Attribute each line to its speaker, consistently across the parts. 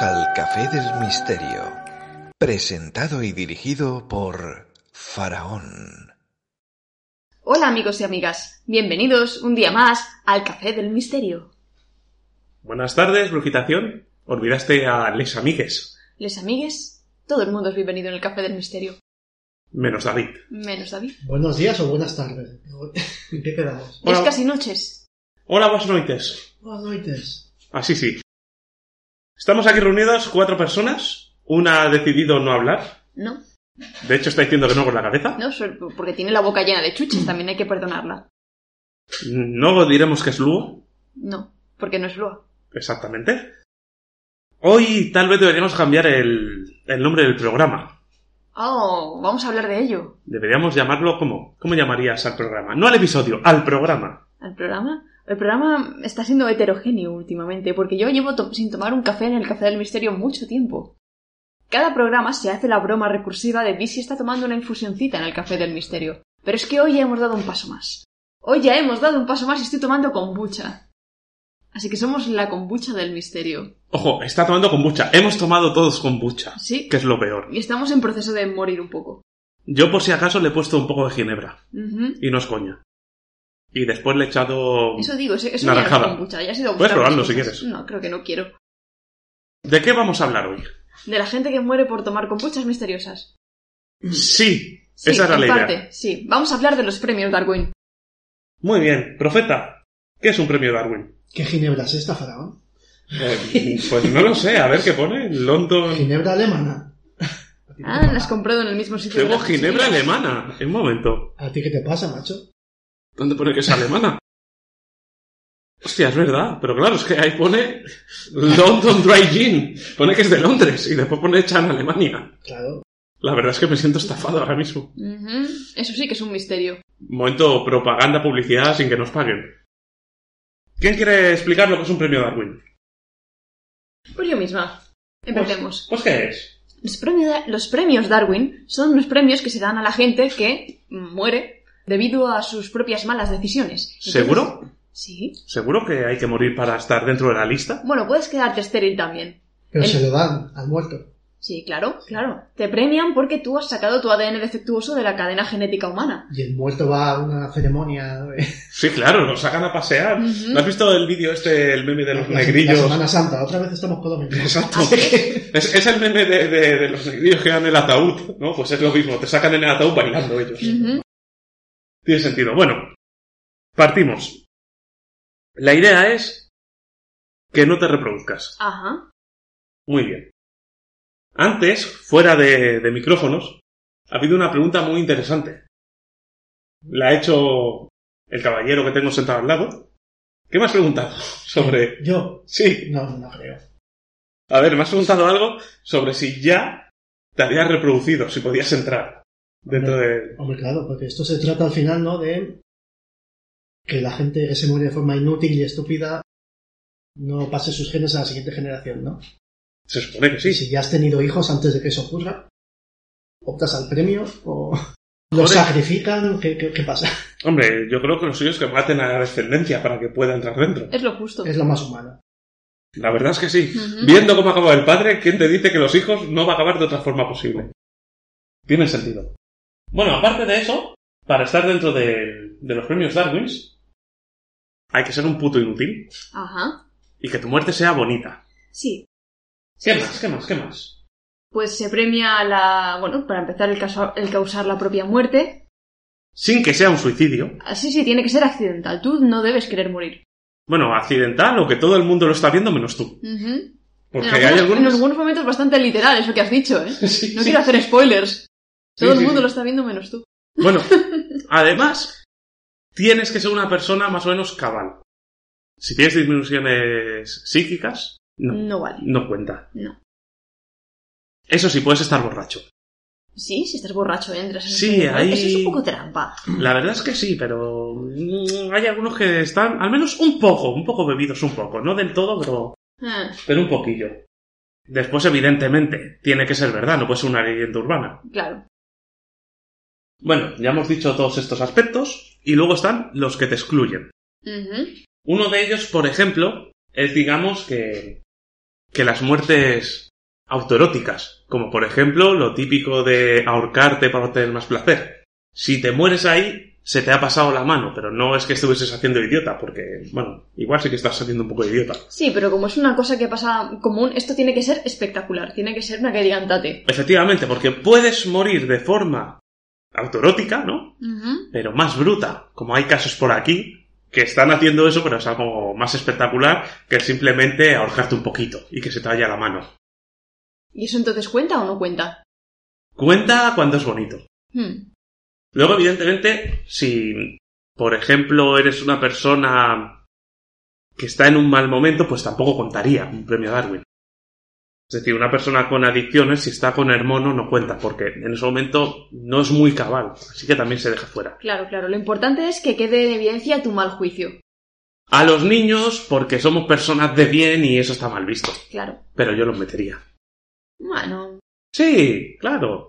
Speaker 1: al Café del Misterio, presentado y dirigido por Faraón.
Speaker 2: Hola amigos y amigas, bienvenidos un día más al Café del Misterio.
Speaker 3: Buenas tardes, Brujitación. Olvidaste a Les Amigues.
Speaker 2: Les Amigues, todo el mundo es bienvenido en el Café del Misterio.
Speaker 3: Menos David.
Speaker 2: Menos David.
Speaker 4: Buenos días o buenas tardes. ¿En qué quedamos?
Speaker 2: Hola. Es casi noches.
Speaker 3: Hola, buenas noites.
Speaker 4: Buenas noites.
Speaker 3: Así sí. Estamos aquí reunidas cuatro personas. Una ha decidido no hablar.
Speaker 2: No.
Speaker 3: De hecho, está diciendo que no con la cabeza.
Speaker 2: No, porque tiene la boca llena de chuches, también hay que perdonarla.
Speaker 3: No diremos que es Lua.
Speaker 2: No, porque no es Lua.
Speaker 3: Exactamente. Hoy tal vez deberíamos cambiar el, el nombre del programa.
Speaker 2: Oh, vamos a hablar de ello.
Speaker 3: Deberíamos llamarlo como. ¿Cómo llamarías al programa? No al episodio, al programa.
Speaker 2: ¿Al programa? El programa está siendo heterogéneo últimamente, porque yo llevo to sin tomar un café en el Café del Misterio mucho tiempo. Cada programa se hace la broma recursiva de si está tomando una infusioncita en el Café del Misterio. Pero es que hoy ya hemos dado un paso más. Hoy ya hemos dado un paso más y estoy tomando kombucha. Así que somos la kombucha del misterio.
Speaker 3: Ojo, está tomando kombucha. Hemos tomado todos kombucha.
Speaker 2: Sí.
Speaker 3: Que es lo peor.
Speaker 2: Y estamos en proceso de morir un poco.
Speaker 3: Yo por si acaso le he puesto un poco de ginebra.
Speaker 2: Uh -huh.
Speaker 3: Y no es coña. Y después le he echado.
Speaker 2: Eso digo, eso, eso ya es kombucha. Ya sido
Speaker 3: Puedes probarlo si quieres.
Speaker 2: No, creo que no quiero.
Speaker 3: ¿De qué vamos a hablar hoy?
Speaker 2: De la gente que muere por tomar kombuchas misteriosas.
Speaker 3: Sí, sí esa era la
Speaker 2: parte,
Speaker 3: idea.
Speaker 2: Sí, vamos a hablar de los premios Darwin.
Speaker 3: Muy bien, profeta. ¿Qué es un premio Darwin?
Speaker 4: ¿Qué ginebra es esta, Faraón?
Speaker 3: Eh, pues no lo sé, a ver qué pone. London.
Speaker 4: Ginebra alemana.
Speaker 2: Ah, las has comprado en el mismo sitio.
Speaker 3: Tengo ginebra chiquillas? alemana. Un momento.
Speaker 4: ¿A ti qué te pasa, macho?
Speaker 3: ¿Dónde pone que es alemana? Hostia, es verdad, pero claro, es que ahí pone London Dry Gin. Pone que es de Londres y después pone hecha en Alemania.
Speaker 4: Claro.
Speaker 3: La verdad es que me siento estafado ahora mismo.
Speaker 2: Uh -huh. Eso sí que es un misterio.
Speaker 3: Momento propaganda, publicidad sin que nos paguen. ¿Quién quiere explicar lo que es un premio Darwin?
Speaker 2: Pues yo misma. Empecemos.
Speaker 3: Pues, pues ¿qué es?
Speaker 2: Los, premio, los premios Darwin son unos premios que se dan a la gente que muere debido a sus propias malas decisiones.
Speaker 3: Entonces, ¿Seguro?
Speaker 2: Sí.
Speaker 3: ¿Seguro que hay que morir para estar dentro de la lista?
Speaker 2: Bueno, puedes quedarte estéril también.
Speaker 4: Pero El... se lo dan al muerto.
Speaker 2: Sí, claro, claro. Te premian porque tú has sacado tu ADN defectuoso de la cadena genética humana.
Speaker 4: Y el muerto va a una ceremonia. De...
Speaker 3: Sí, claro, lo sacan a pasear. Uh -huh. ¿No has visto el vídeo este, el meme de los
Speaker 4: la,
Speaker 3: negrillos?
Speaker 4: La Semana Santa, otra vez estamos con lo mismo.
Speaker 3: Exacto. es, es, el meme de, de, de, los negrillos que dan el ataúd, ¿no? Pues es lo mismo, te sacan en el ataúd bailando ellos.
Speaker 2: Uh -huh.
Speaker 3: Tiene sentido. Bueno, partimos. La idea es que no te reproduzcas.
Speaker 2: Ajá.
Speaker 3: Muy bien. Antes, fuera de, de, micrófonos, ha habido una pregunta muy interesante. La ha hecho el caballero que tengo sentado al lado. ¿Qué me has preguntado sobre...
Speaker 4: ¿Yo?
Speaker 3: Sí.
Speaker 4: No, no creo.
Speaker 3: A ver, me has preguntado algo sobre si ya te habías reproducido, si podías entrar dentro
Speaker 4: hombre,
Speaker 3: de...
Speaker 4: Hombre, claro, porque esto se trata al final, ¿no? De que la gente que se muere de forma inútil y estúpida no pase sus genes a la siguiente generación, ¿no?
Speaker 3: Se supone que sí.
Speaker 4: Si ya has tenido hijos antes de que eso ocurra, optas al premio o... ¿Lo sacrifican? ¿Qué, ¿Qué, qué, pasa?
Speaker 3: Hombre, yo creo que los suyos que maten a la descendencia para que pueda entrar dentro.
Speaker 2: Es lo justo.
Speaker 4: Es lo más humano.
Speaker 3: La verdad es que sí. Uh -huh. Viendo cómo acaba el padre, ¿quién te dice que los hijos no va a acabar de otra forma posible? Tiene sentido. Bueno, aparte de eso, para estar dentro de, de, los premios Darwins, hay que ser un puto inútil.
Speaker 2: Ajá.
Speaker 3: Y que tu muerte sea bonita.
Speaker 2: Sí.
Speaker 3: ¿Qué sí. más? ¿Qué más? ¿Qué más?
Speaker 2: Pues se premia la. Bueno, para empezar, el, caso, el causar la propia muerte.
Speaker 3: Sin que sea un suicidio.
Speaker 2: Sí, sí, tiene que ser accidental. Tú no debes querer morir.
Speaker 3: Bueno, accidental o Pues que todo el mundo lo está viendo menos tú.
Speaker 2: Uh -huh.
Speaker 3: Porque
Speaker 2: en, algunos,
Speaker 3: hay algunos...
Speaker 2: en algunos momentos bastante literal, eso que has dicho, ¿eh?
Speaker 3: Sí,
Speaker 2: No
Speaker 3: sí.
Speaker 2: quiero hacer spoilers.
Speaker 3: Sí,
Speaker 2: Todo el
Speaker 3: sí,
Speaker 2: mundo
Speaker 3: sí.
Speaker 2: lo está viendo menos tú.
Speaker 3: Bueno, además, tienes que ser una persona más o menos cabal. Si tienes disminuciones psíquicas, no,
Speaker 2: No vale.
Speaker 3: no cuenta.
Speaker 2: No.
Speaker 3: Eso sí, puedes estar borracho.
Speaker 2: Sí, si estás borracho eh, entras. en
Speaker 3: Sí,
Speaker 2: ese lugar.
Speaker 3: ahí-
Speaker 2: Eso es un poco trampa.
Speaker 3: La verdad es que sí, pero mm, hay algunos que están al menos un poco, un poco bebidos, un poco. No del todo, pero,
Speaker 2: Ah,
Speaker 3: pero un poquillo. Después, evidentemente, tiene que ser verdad, no puede ser una leyenda urbana.
Speaker 2: claro.
Speaker 3: Bueno, ya hemos dicho todos estos aspectos y luego están los que te excluyen.
Speaker 2: Ujú.
Speaker 3: Uno de ellos, por ejemplo, es digamos que, que las muertes autoeróticas, como por ejemplo lo típico de ahorcarte para obtener más placer. Si te mueres ahí, se te ha pasado la mano, pero no es que estuvieses haciendo idiota, porque, bueno, igual sí que estás haciendo un poco de idiota.
Speaker 2: Sí, pero como es una cosa que pasa común, esto tiene que ser espectacular. Tiene que ser una que digan tate.
Speaker 3: Efectivamente, porque puedes morir de forma autoerótica, ¿no?
Speaker 2: Ujú.
Speaker 3: Pero más bruta, como hay casos por aquí que están haciendo eso, pero es algo más espectacular que simplemente ahorcarte un poquito y que se te vaya la mano.
Speaker 2: ¿Y eso entonces cuenta o no cuenta?
Speaker 3: Cuenta cuando es bonito.
Speaker 2: Hmm.
Speaker 3: Luego, evidentemente, si, por ejemplo, eres una persona que está en un mal momento, pues tampoco contaría un premio Darwin. Es decir, una persona con adicciones, si está con hermano, no cuenta, porque en ese momento no es muy cabal, así que también se deja fuera.
Speaker 2: Claro, claro. Lo importante es que quede en evidencia tu mal juicio.
Speaker 3: A los niños, porque somos personas de bien y eso está mal visto,
Speaker 2: Claro.
Speaker 3: pero yo los metería.
Speaker 2: Bueno,
Speaker 3: Sí, claro.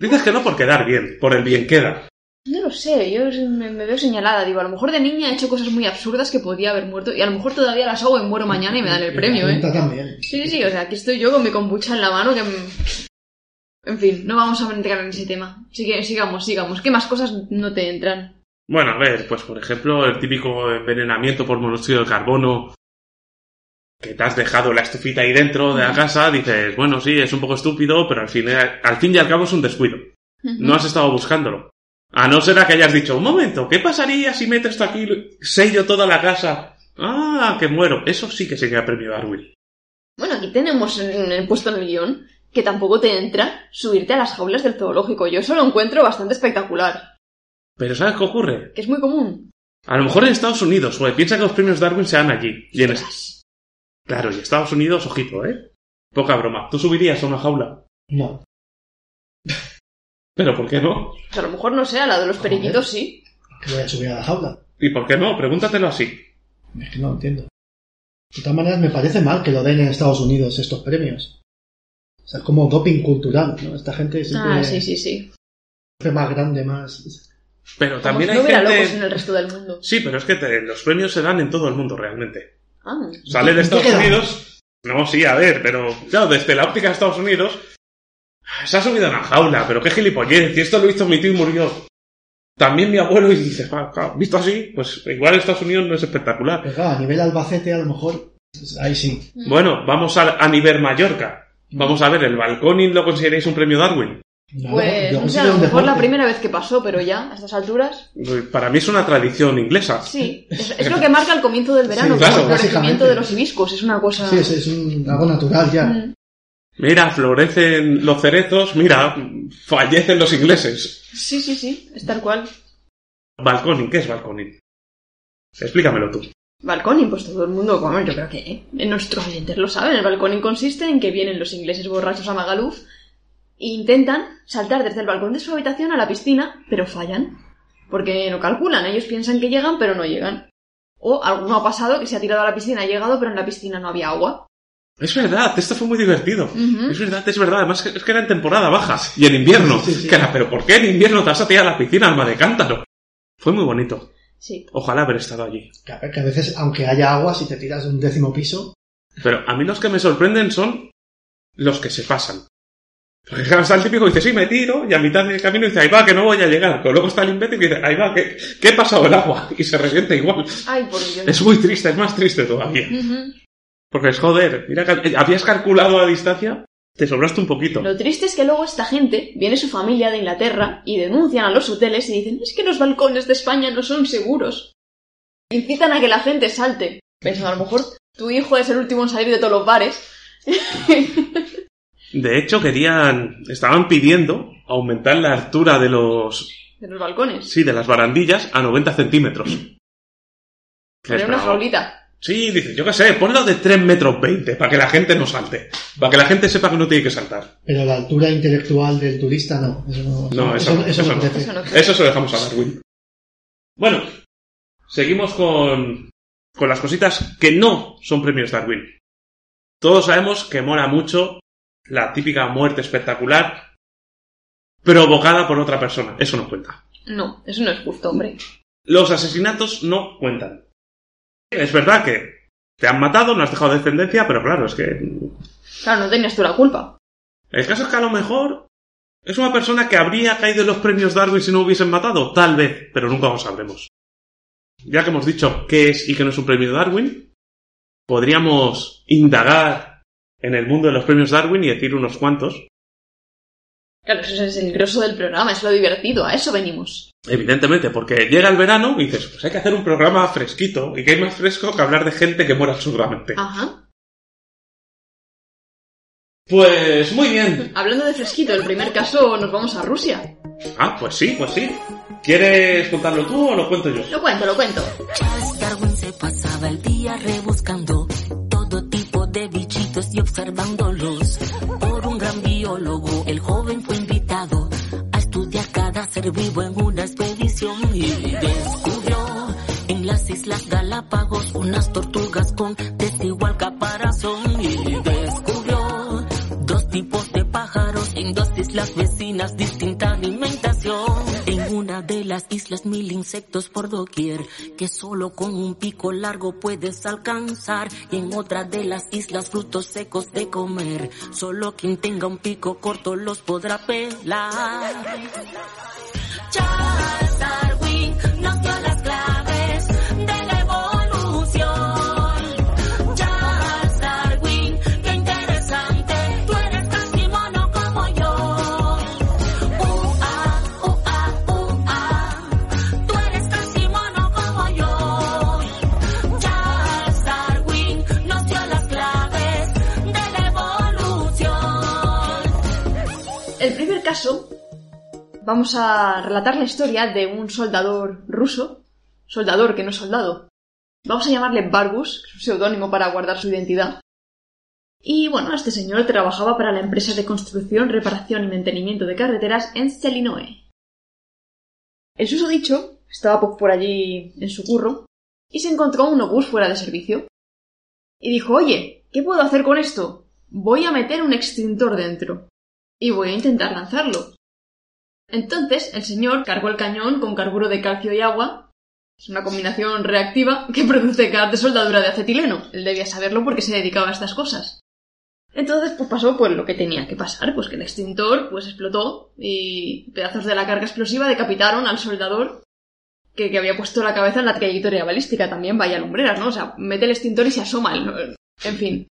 Speaker 3: Dices que no por quedar bien, por el bien queda.
Speaker 2: no lo sé. Yo me, me veo señalada. Digo, a lo mejor de niña he hecho cosas muy absurdas que podía haber muerto. Y a lo mejor todavía las hago y muero mañana y me dan el premio, ¿eh?
Speaker 4: Pregunta también.
Speaker 2: Sí, sí, sí, o sea, aquí estoy yo con mi kombucha en la mano que... mm, En fin, no vamos a entrar en ese tema. Así que sigamos, sigamos. ¿Qué más cosas no te entran?
Speaker 3: Bueno, a ver, pues por ejemplo, el típico envenenamiento por monóxido de carbono que te has dejado la estufita ahí dentro de la casa, dices, bueno, sí, es un poco estúpido, pero al fin, al fin y al cabo es un descuido. No has estado buscándolo. A no ser a que hayas dicho, un momento, ¿qué pasaría si meto esto aquí, sello toda la casa? Ah, que muero. Eso sí que sería premio Darwin.
Speaker 2: Bueno, aquí tenemos en el puesto en el guión que tampoco te entra subirte a las jaulas del zoológico. Yo eso lo encuentro bastante espectacular.
Speaker 3: Pero ¿sabes qué ocurre?
Speaker 2: Que es muy común.
Speaker 3: A lo mejor en Estados Unidos, güey, piensa que los premios Darwin se dan allí. Y en est- Claro, y Estados Unidos, ojito, ¿eh? Poca broma. ¿Tú subirías a una jaula?
Speaker 4: No.
Speaker 3: ¿Pero por qué no?
Speaker 2: O sea, Pues a lo mejor no sea la de los periquitos, sí.
Speaker 4: Que voy a subir a la jaula.
Speaker 3: ¿Y por qué no? Pregúntatelo así.
Speaker 4: Es que no lo entiendo. De todas maneras, me parece mal que lo den en Estados Unidos estos premios. O sea, es como doping cultural, ¿no? Esta gente siempre
Speaker 2: Ah, sí, sí, sí.
Speaker 4: siempre más grande, más...
Speaker 3: Pero también
Speaker 2: Vamos, no
Speaker 3: hay
Speaker 2: ver a
Speaker 3: gente...
Speaker 2: locos en el resto del mundo.
Speaker 3: Sí, pero es que te- los premios se dan en todo el mundo, realmente.
Speaker 2: Ah,
Speaker 3: Sale de
Speaker 4: ¿En qué
Speaker 3: Estados
Speaker 4: queda?
Speaker 3: Unidos... No, sí, a ver, pero... Claro, desde la óptica de Estados Unidos... Se ha subido a una jaula, pero qué gilipollez. Y esto lo hizo mi tío y murió. También mi abuelo y dices, "Ah, claro, visto así, pues igual Estados Unidos no es espectacular.
Speaker 4: Pero claro, a nivel Albacete, a lo mejor... pues, Ahí sí.
Speaker 3: Bueno, vamos a, a nivel Mallorca. Vamos a ver, ¿el balconing lo consideráis un premio Darwin?
Speaker 4: No,
Speaker 2: pues
Speaker 4: yo
Speaker 2: no sé, a
Speaker 4: considero
Speaker 2: lo
Speaker 4: un
Speaker 2: mejor la
Speaker 4: deporte.
Speaker 2: primera vez que pasó, pero ya, a estas alturas...
Speaker 3: Pues Para mí es una tradición inglesa.
Speaker 2: Sí, es, es lo que marca el comienzo del verano,
Speaker 4: Sí,
Speaker 3: claro,
Speaker 2: el florecimiento
Speaker 4: básicamente.
Speaker 2: de los hibiscos, es una cosa...
Speaker 4: Sí, es, es un, algo natural ya.
Speaker 2: Mm,
Speaker 3: Mira, florecen los cerezos, mira, fallecen los ingleses.
Speaker 2: sí, sí, sí, es tal cual.
Speaker 3: Balconing, ¿qué es balconing? Explícamelo tú.
Speaker 2: Balconing, pues todo el mundo, bueno, yo creo que eh, nuestros oyentes lo saben, el balconing consiste en que vienen los ingleses borrachos a Magaluf e intentan saltar desde el balcón de su habitación a la piscina, pero fallan, porque no calculan, ellos piensan que llegan, pero no llegan. O alguno ha pasado que se ha tirado a la piscina, ha llegado, pero en la piscina no había agua.
Speaker 3: Es verdad, esto fue muy divertido.
Speaker 2: Ujú.
Speaker 3: Es verdad, es verdad. Además, es que era en temporada baja y en invierno.
Speaker 4: Sí, sí, sí.
Speaker 3: Que era, ¿pero por qué en invierno te vas a tirar a la piscina, alma de cántaro? Fue muy bonito.
Speaker 2: Sí.
Speaker 3: Ojalá haber estado allí.
Speaker 4: Que a ver, que a veces, aunque haya agua, si te tiras de un décimo piso,
Speaker 3: Pero a mí los que me sorprenden son los que se pasan. Porque claro, está el típico que dice, sí, me tiro, y a mitad del camino dice, ahí va, que no voy a llegar. Pero luego está el imbécil que dice, ahí va, que, que he pasado el agua. Y se revienta igual.
Speaker 2: Ay, por Dios.
Speaker 3: Es muy triste, es más triste todavía.
Speaker 2: Ujú.
Speaker 3: Porque es joder, mira, cal- eh, habías calculado la distancia, te sobraste un poquito.
Speaker 2: Lo triste es que luego esta gente viene su familia de Inglaterra y denuncian a los hoteles y dicen es que los balcones de España no son seguros. Pues Incitan a que la gente salte. Pensando, a lo mejor tu hijo es el último en salir de todos los bares
Speaker 3: De hecho, querían, estaban pidiendo aumentar la altura de los,
Speaker 2: De los balcones.
Speaker 3: sí, de las barandillas a 90 centímetros. ¿Qué
Speaker 2: Poner una
Speaker 3: esperaba?
Speaker 2: jaulita.
Speaker 3: Sí, dice, yo qué sé, ponlo de 3 metros 20 para que la gente no salte. Para que la gente sepa que no tiene que saltar.
Speaker 4: Pero la altura intelectual del turista no. Eso no,
Speaker 3: No, eso no, eso no.
Speaker 4: apetece.
Speaker 2: Eso no creo.
Speaker 3: Eso se lo dejamos a Darwin. Bueno, seguimos con, con las cositas que no son premios Darwin. Todos sabemos que mola mucho la típica muerte espectacular provocada por otra persona. Eso no cuenta.
Speaker 2: No, eso no es justo, hombre.
Speaker 3: Los asesinatos no cuentan. Es verdad que te han matado, no has dejado descendencia, pero claro, es que
Speaker 2: Claro, no tenías tú la culpa.
Speaker 3: El caso es que a lo mejor es una persona que habría caído en los premios Darwin si no hubiesen matado, tal vez, pero nunca lo sabremos. Ya que hemos dicho qué es y qué no es un premio Darwin, podríamos indagar en el mundo de los premios Darwin y decir unos cuantos.
Speaker 2: Claro, eso es el grosso del programa, es lo divertido, a eso venimos.
Speaker 3: Evidentemente, porque llega el verano y dices, pues hay que hacer un programa fresquito, y que hay más fresco que hablar de gente que muere absurdamente.
Speaker 2: Ajá.
Speaker 3: Pues muy bien.
Speaker 2: Hablando de fresquito, el primer caso nos vamos a Rusia.
Speaker 3: Ah, pues sí, pues sí. ¿Quieres contarlo tú o lo cuento yo?
Speaker 2: Lo cuento, lo cuento.
Speaker 5: Charles Darwin se pasaba el día rebuscando todo tipo de bichitos y observándolos. Por un gran biólogo, el joven fue invitado a estudiar cada ser vivo en una expedición y descubrió en las Islas Galápagos unas tortugas con desigual caparazón y descubrió dos tipos de pájaros en dos islas vecinas, distinta alimentación. En una de las islas mil insectos por doquier, que solo con un pico largo puedes alcanzar. Y en otra de las islas frutos secos de comer, solo quien tenga un pico corto los podrá pelar. Charles Darwin nos dio las claves de la evolución. Charles Darwin, qué interesante, tú eres casi mono como yo. Ua, ua, ua, tú eres casi mono como yo. Charles Darwin nos dio las claves de la evolución.
Speaker 2: El primer caso, vamos a relatar la historia de un soldador ruso, soldador que no es soldado. Vamos a llamarle Barbus, su seudónimo para guardar su identidad. Y bueno, este señor trabajaba para la empresa de construcción, reparación y mantenimiento de carreteras en Selinoe. El susodicho estaba po- por allí en su curro y se encontró un obús fuera de servicio. Y dijo, oye, ¿qué puedo hacer con esto? Voy a meter un extintor dentro y voy a intentar lanzarlo. Entonces el señor cargó el cañón con carburo de calcio y agua. Es una combinación reactiva que produce gas de soldadura de acetileno. Él debía saberlo porque se dedicaba a estas cosas. Entonces pues pasó pues lo que tenía que pasar, pues que el extintor pues explotó y pedazos de la carga explosiva decapitaron al soldador que, que había puesto la cabeza en la trayectoria balística también, vaya lumbreras, ¿no? O sea, mete el extintor y se asoma. el- En fin.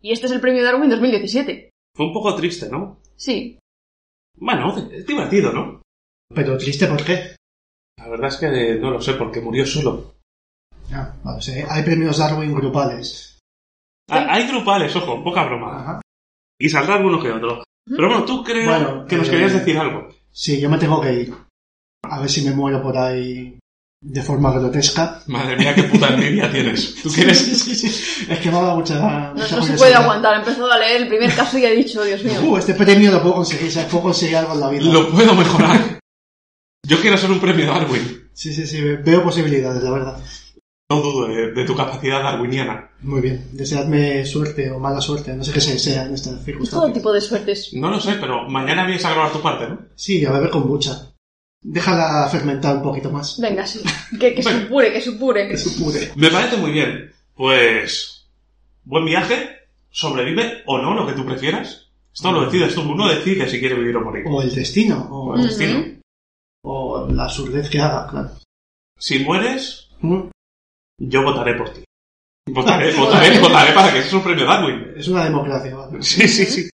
Speaker 2: Y este es el premio Darwin 2017.
Speaker 3: Fue un poco triste, ¿no?
Speaker 2: Sí,
Speaker 3: Bueno, es divertido, ¿no?
Speaker 4: Pero triste, ¿por qué?
Speaker 3: La verdad es que eh, no lo sé, porque murió solo.
Speaker 4: Ah, vale, o sea, hay premios Darwin grupales.
Speaker 3: Ah, Hay grupales, ojo, poca broma.
Speaker 4: Ajá.
Speaker 3: Y saldrá alguno que otro. Pero bueno, tú creo
Speaker 4: Bueno,
Speaker 3: que nos
Speaker 4: eh,
Speaker 3: querías decir algo.
Speaker 4: Sí, yo me tengo que ir. A ver si me muero por ahí de forma grotesca.
Speaker 3: Madre mía, qué puta envidia tienes. Tú
Speaker 4: Sí,
Speaker 3: tienes...
Speaker 4: sí, sí. Es que me ha dado mucha.
Speaker 2: No,
Speaker 4: mucha
Speaker 2: no se
Speaker 4: curiosidad.
Speaker 2: puede aguantar, ha empezado a leer el primer caso y ha dicho, Dios mío.
Speaker 4: Uh, este premio lo puedo conseguir, ¿sabes? Puedo conseguir algo en la vida.
Speaker 3: Lo puedo mejorar. Yo quiero ser un premio Darwin.
Speaker 4: Sí, sí, sí, veo posibilidades, la verdad.
Speaker 3: No dudo de, de tu capacidad darwiniana.
Speaker 4: Muy bien, deseadme suerte o mala suerte, no sé qué se sea en estas
Speaker 2: Todo
Speaker 4: circunstancias.
Speaker 2: tipo de suertes.
Speaker 3: No lo sé, pero mañana vienes a grabar tu parte, ¿no?
Speaker 4: Sí, a beber con mucha. Déjala fermentar un poquito más.
Speaker 2: Venga, sí. Que, que
Speaker 3: Bueno.
Speaker 2: supure, que supure.
Speaker 4: Que supure.
Speaker 3: Me parece muy bien. Pues... Buen viaje. Sobrevive o no, lo que tú prefieras. Esto lo decides tú. Uno decide si quiere vivir o morir.
Speaker 4: O el destino,
Speaker 2: Mm.
Speaker 4: o,
Speaker 3: Por el destino.
Speaker 2: Ujú.
Speaker 4: o la absurdez que haga, claro.
Speaker 3: Si mueres,
Speaker 4: Mm,
Speaker 3: yo votaré por ti. Votaré, votaré, votaré para que es un premio Darwin.
Speaker 4: Es una democracia, ¿vale?
Speaker 3: Sí, sí, sí.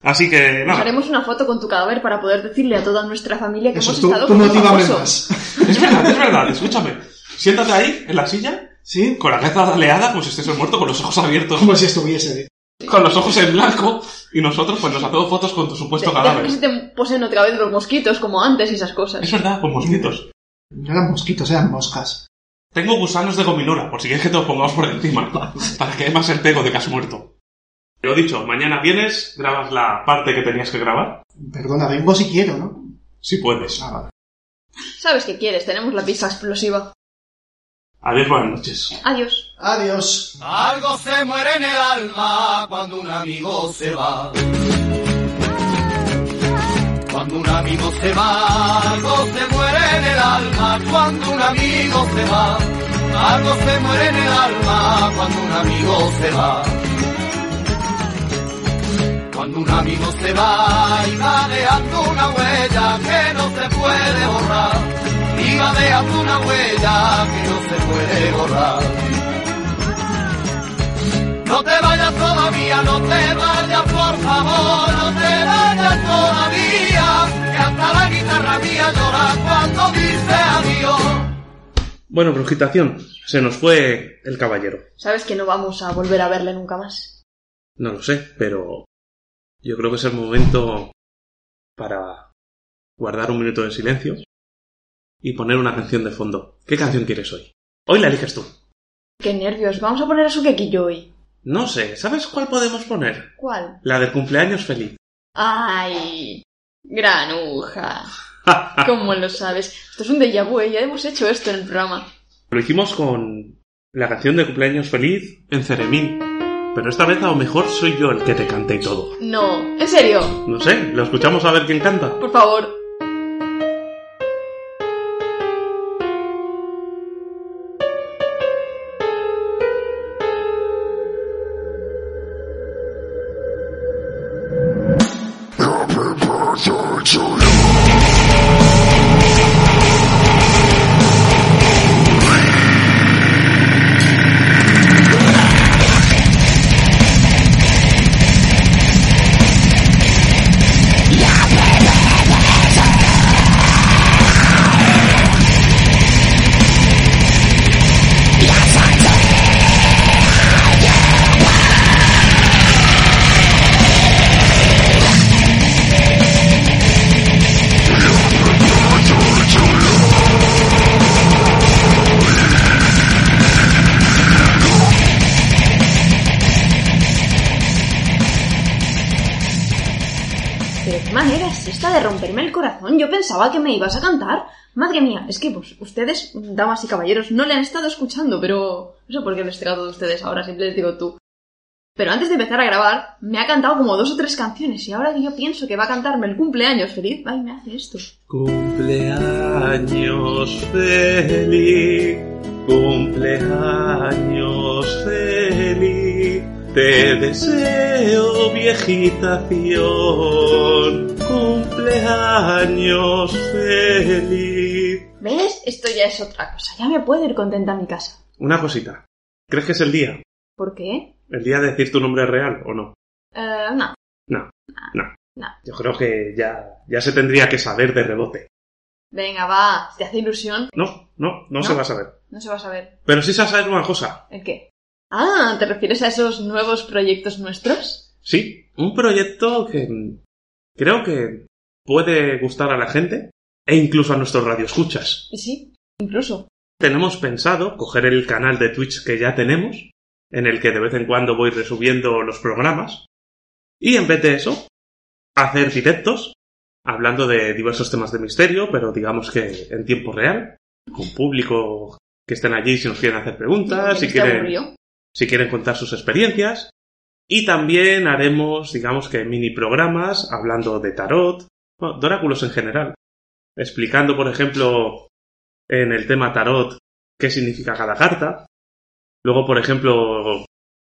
Speaker 3: Así que,
Speaker 2: Nos
Speaker 3: nada.
Speaker 2: haremos una foto con tu cadáver para poder decirle a toda nuestra familia que
Speaker 4: Eso,
Speaker 2: hemos
Speaker 4: tú,
Speaker 2: estado
Speaker 4: tú
Speaker 2: con un
Speaker 4: motívame
Speaker 2: famoso.
Speaker 4: más.
Speaker 3: Es verdad, es verdad, escúchame. Siéntate ahí, en la silla,
Speaker 4: ¿Sí?
Speaker 3: con la cabeza aleada, como si estés muerto, con los ojos abiertos.
Speaker 4: Como si estuviese.
Speaker 3: con los ojos en blanco y nosotros pues nos hacemos fotos con tu supuesto
Speaker 2: Deja que
Speaker 3: cadáver.
Speaker 2: se te poseen otra vez los mosquitos como antes y esas
Speaker 3: Es
Speaker 2: cosas.
Speaker 3: verdad, con mosquitos.
Speaker 4: No eran mosquitos, eran moscas.
Speaker 3: Tengo gusanos de gominura, por si quieres que te los pongamos por encima, para que dé más el pego de que has muerto. Lo dicho, mañana vienes, grabas la parte que tenías que grabar,
Speaker 4: Perdona, vengo si quiero, ¿no?
Speaker 3: si puedes.
Speaker 4: Ah, vale.
Speaker 2: Sabes qué quieres, tenemos la pizza explosiva.
Speaker 3: Adiós, buenas noches.
Speaker 2: Adiós.
Speaker 4: Adiós.
Speaker 6: Algo se muere en el alma cuando un amigo se va. Cuando un amigo se va, algo se muere en el alma. Cuando un amigo se va, algo se muere en el alma. Cuando un amigo se va. Cuando un amigo se va y va dejando una huella que no se puede borrar. Y va dejando una huella que no se puede borrar. No te vayas todavía, no te vayas, por favor, no te vayas todavía, que hasta la guitarra mía llora cuando dice adiós.
Speaker 3: Bueno, brujitación, se nos fue el caballero.
Speaker 2: Sabes que no vamos a volver a verle nunca más.
Speaker 3: No lo sé, pero yo creo que es el momento para guardar un minuto de silencio y poner una canción de fondo. ¿Qué canción quieres hoy? Hoy la eliges tú.
Speaker 2: Qué nervios. Vamos a poner a su quequillo hoy.
Speaker 3: No sé, ¿sabes cuál podemos poner?
Speaker 2: ¿Cuál?
Speaker 3: La del cumpleaños feliz.
Speaker 2: ¡Ay! Granuja. ¿Cómo lo sabes? Esto es un déjà vu, ¿eh? ya hemos hecho esto en el programa.
Speaker 3: Lo hicimos con la canción de cumpleaños feliz en Ceremín. Pero esta vez a lo mejor soy yo el que te canta y todo.
Speaker 2: No, en serio,
Speaker 3: No sé, lo escuchamos a ver quién canta.
Speaker 2: por favor. Pero qué manera es esta de romperme el corazón. Yo pensaba que me ibas a cantar. Madre mía, es que pues, ustedes, damas y caballeros, no le han estado escuchando, pero no sé por qué les trato de ustedes ahora, siempre les digo tú. Pero antes de empezar a grabar, me ha cantado como dos o tres canciones y ahora que yo pienso que va a cantarme el cumpleaños feliz, ay, me hace esto.
Speaker 3: Cumpleaños feliz, cumpleaños feliz, te deseo viejitación, cumpleaños feliz.
Speaker 2: ¿Ves? Esto ya es otra cosa. Ya me puedo ir contenta a mi casa.
Speaker 3: Una cosita, ¿crees que es el día?
Speaker 2: ¿Por qué?
Speaker 3: ¿El día de decir tu nombre real o no?
Speaker 2: Eh, no.
Speaker 3: No, no.
Speaker 2: No.
Speaker 3: Yo creo que ya, ya se tendría que saber de rebote.
Speaker 2: Venga, va. Si te hace ilusión,
Speaker 3: No, no, no,
Speaker 2: No.
Speaker 3: se va a saber.
Speaker 2: no se va a saber.
Speaker 3: Pero sí se va a saber una cosa.
Speaker 2: ¿El qué? Ah, ¿te refieres a esos nuevos proyectos nuestros?
Speaker 3: Sí, un proyecto que mm, creo que puede gustar a la gente e incluso a nuestros radioescuchas.
Speaker 2: Sí, incluso.
Speaker 3: Tenemos pensado coger el canal de Twitch que ya tenemos, en el que de vez en cuando voy resubiendo los programas, y en vez de eso, hacer directos hablando de diversos temas de misterio, pero digamos que en tiempo real, con público que estén allí si nos quieren hacer preguntas,
Speaker 2: Porque
Speaker 3: si
Speaker 2: no te
Speaker 3: quieren
Speaker 2: aburrió.
Speaker 3: si quieren contar sus experiencias. Y también haremos, digamos que mini programas hablando de tarot, bueno, de oráculos en general. Explicando, por ejemplo, en el tema tarot, qué significa cada carta. Luego, por ejemplo,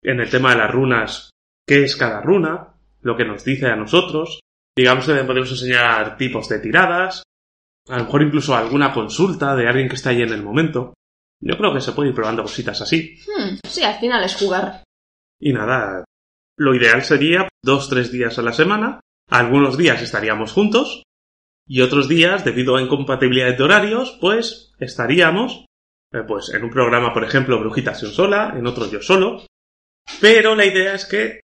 Speaker 3: en el tema de las runas, qué es cada runa, lo que nos dice a nosotros. Digamos que podemos enseñar tipos de tiradas, a lo mejor incluso alguna consulta de alguien que está ahí en el momento. Yo creo que se puede ir probando cositas así.
Speaker 2: Hmm, sí, al final es jugar.
Speaker 3: Y nada, lo ideal sería dos, tres días a la semana. Algunos días estaríamos juntos y otros días, debido a incompatibilidades de horarios, pues estaríamos eh, pues en un programa, por ejemplo, Brujitación sola, en otro yo solo. Pero la idea es que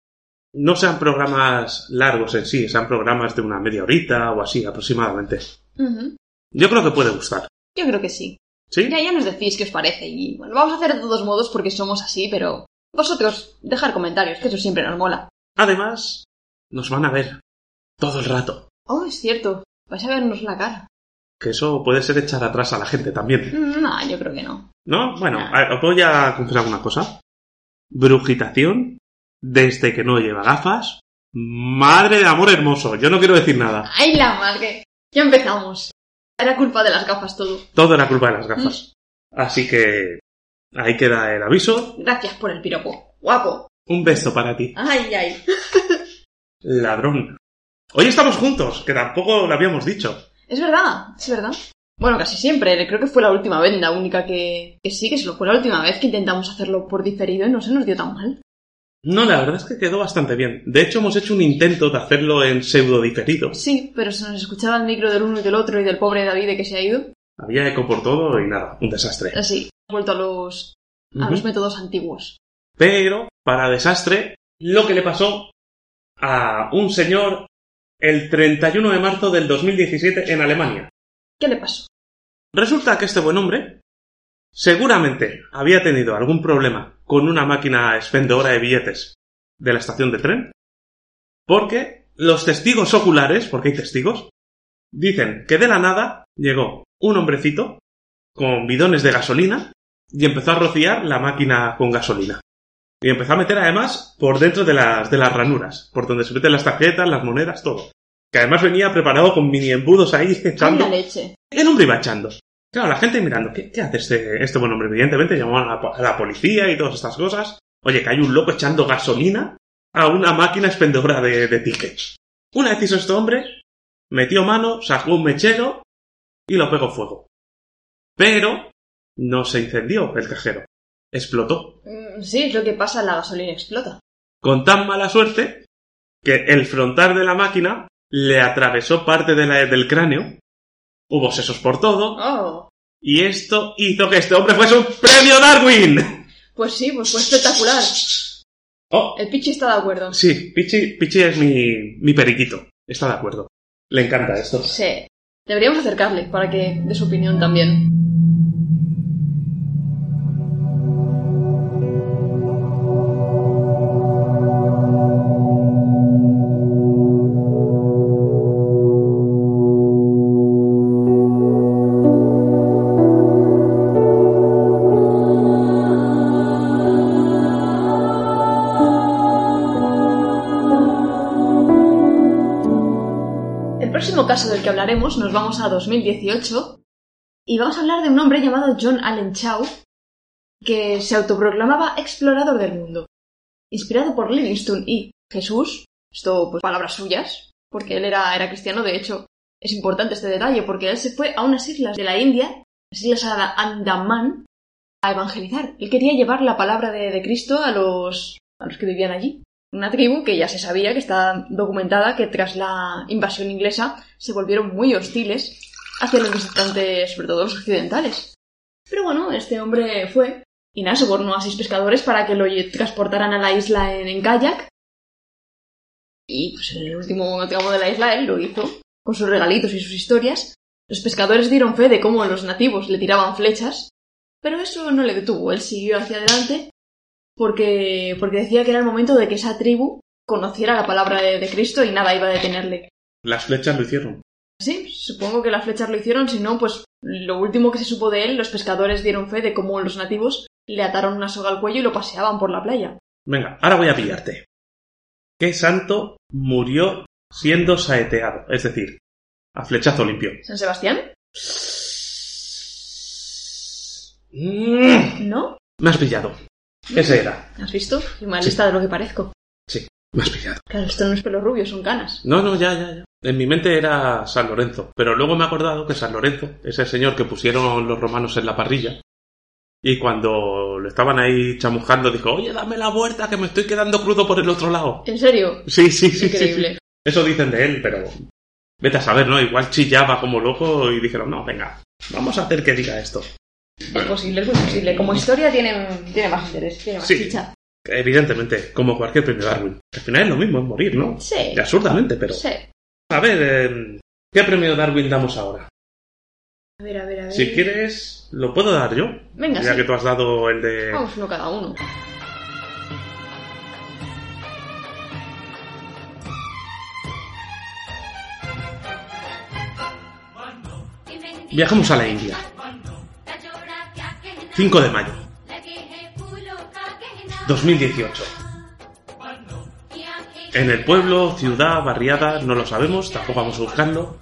Speaker 3: No sean programas largos en sí, sean programas de una media horita o así aproximadamente.
Speaker 2: Ujú.
Speaker 3: Yo creo que puede gustar.
Speaker 2: Yo creo que sí.
Speaker 3: ¿Sí?
Speaker 2: Ya, ya nos decís qué os parece y bueno, vamos a hacer de todos modos porque somos así, pero vosotros dejar comentarios, que eso siempre nos mola.
Speaker 3: Además, nos van a ver todo el rato.
Speaker 2: Oh, es cierto, vais a vernos la cara.
Speaker 3: Que eso puede ser echar atrás a la gente también.
Speaker 2: Mm, No, yo creo que no.
Speaker 3: ¿No? Bueno, a ver, os voy a confesar una cosa. Brujitación, desde que no lleva gafas. Madre de amor hermoso, yo no quiero decir nada.
Speaker 2: ¡Ay, la madre! Ya empezamos. Era culpa de las gafas todo.
Speaker 3: Todo era culpa de las gafas. Así que ahí queda el aviso.
Speaker 2: Gracias por el piropo. Guapo.
Speaker 3: Un beso para ti,
Speaker 2: Ay, ay.
Speaker 3: ladrón. Hoy estamos juntos, que tampoco lo habíamos dicho.
Speaker 2: Es verdad, es verdad. Bueno, casi siempre. Creo que fue la última vez, la única que, que sí, que solo fue la última vez que intentamos hacerlo por diferido y no se nos dio tan mal.
Speaker 3: No, la verdad es que quedó bastante bien. De hecho, hemos hecho un intento de hacerlo en pseudo diferido.
Speaker 2: Sí, pero se nos escuchaba el micro del uno y del otro y del pobre David de que se ha ido.
Speaker 3: Había eco por todo y nada, un desastre.
Speaker 2: Así, he vuelto a los, a
Speaker 3: Ujú.
Speaker 2: los métodos antiguos.
Speaker 3: Pero, para desastre, lo que le pasó a un señor el 31 de marzo del 2017 en Alemania.
Speaker 2: ¿Qué le pasó?
Speaker 3: Resulta que este buen hombre seguramente había tenido algún problema con una máquina expendedora de billetes de la estación de tren, porque los testigos oculares, porque hay testigos, dicen que de la nada llegó un hombrecito con bidones de gasolina y empezó a rociar la máquina con gasolina. Y empezó a meter además por dentro de las, de las ranuras, por donde se meten las tarjetas, las monedas, todo. Que además venía preparado con mini embudos ahí
Speaker 2: Ay,
Speaker 3: echando.
Speaker 2: la leche.
Speaker 3: El hombre iba echando. Claro, la gente mirando, ¿qué, qué hace este, este buen hombre? Evidentemente llamaban a la, po- a la policía y todas estas cosas. Oye, que hay un loco echando gasolina a una máquina expendedora de, de tickets. Una vez hizo este hombre, metió mano, sacó un mechero y lo pegó fuego. Pero no se incendió el cajero. Explotó.
Speaker 2: Mm, Sí, es lo que pasa, la gasolina explota.
Speaker 3: Con tan mala suerte que el frontal de la máquina le atravesó parte de la- del cráneo. Hubo sesos por todo.
Speaker 2: Oh.
Speaker 3: Y esto hizo que este hombre fuese un premio Darwin.
Speaker 2: Pues sí, pues fue espectacular.
Speaker 3: Oh,
Speaker 2: El Pichi está de acuerdo.
Speaker 3: sí, Pichi, Pichi es mi, mi periquito. Está de acuerdo. Le encanta esto.
Speaker 2: Sí. Deberíamos acercarle para que dé su opinión también. El próximo caso del que hablaremos nos vamos a 2018 y vamos a hablar de un hombre llamado John Allen Chow que se autoproclamaba explorador del mundo. Inspirado por Livingstone y Jesús, esto pues palabras suyas, porque él era, era cristiano, de hecho es importante este detalle porque él se fue a unas islas de la India, las islas Ada- Andaman, a evangelizar. Él quería llevar la palabra de, de Cristo a los, a los que vivían allí. Una tribu que ya se sabía que está documentada que tras la invasión inglesa se volvieron muy hostiles hacia los visitantes, sobre todo los occidentales. Pero bueno, este hombre fue y nada, sobornó a seis pescadores para que lo lle- transportaran a la isla en, en kayak. Y pues en el último tramo de la isla él lo hizo, con sus regalitos y sus historias. Los pescadores dieron fe de cómo los nativos le tiraban flechas, pero eso no le detuvo, él siguió hacia adelante porque, porque decía que era el momento de que esa tribu conociera la palabra de, de Cristo y nada iba a detenerle.
Speaker 3: Las flechas lo hicieron.
Speaker 2: Sí, supongo que las flechas lo hicieron, si no, pues lo último que se supo de él, los pescadores dieron fe de cómo los nativos le ataron una soga al cuello y lo paseaban por la playa.
Speaker 3: Venga, ahora voy a pillarte. ¿Qué santo murió siendo saeteado? Es decir, a flechazo limpio.
Speaker 2: ¿San Sebastián?
Speaker 3: Mm,
Speaker 2: ¿No?
Speaker 3: Me has pillado. Ese era.
Speaker 2: ¿Has visto? Soy más
Speaker 3: Sí.
Speaker 2: lista de lo que parezco.
Speaker 3: Me has pillado.
Speaker 2: Claro, esto no es pelo rubio, son canas.
Speaker 3: No, no, ya, ya, ya. En mi mente era San Lorenzo, pero luego me he acordado que San Lorenzo es el señor que pusieron los romanos en la parrilla. Y cuando lo estaban ahí chamujando, dijo: Oye, dame la vuelta que me estoy quedando crudo por el otro lado.
Speaker 2: ¿En serio?
Speaker 3: Sí, sí, sí. sí,
Speaker 2: Increíble.
Speaker 3: sí. Eso dicen de él, pero vete a saber, ¿no? Igual chillaba como loco y dijeron: No, venga, vamos a hacer que diga esto.
Speaker 2: Es posible, es muy posible. Como historia tiene, tiene más interés, tiene más
Speaker 3: Sí.
Speaker 2: chicha.
Speaker 3: Evidentemente, como cualquier premio Darwin. Al final es lo mismo, es morir, ¿no?
Speaker 2: Sí.
Speaker 3: Y absurdamente, pero.
Speaker 2: Sí.
Speaker 3: A ver, eh, ¿qué premio Darwin damos ahora?
Speaker 2: A ver, a ver, a ver.
Speaker 3: Si quieres, lo puedo dar yo.
Speaker 2: Venga,
Speaker 3: ya
Speaker 2: sí.
Speaker 3: que tú has dado el de.
Speaker 2: Vamos uno cada uno.
Speaker 3: Viajamos a la India. 5 de mayo. 2018. En el pueblo, ciudad, barriada, no lo sabemos, tampoco vamos buscando,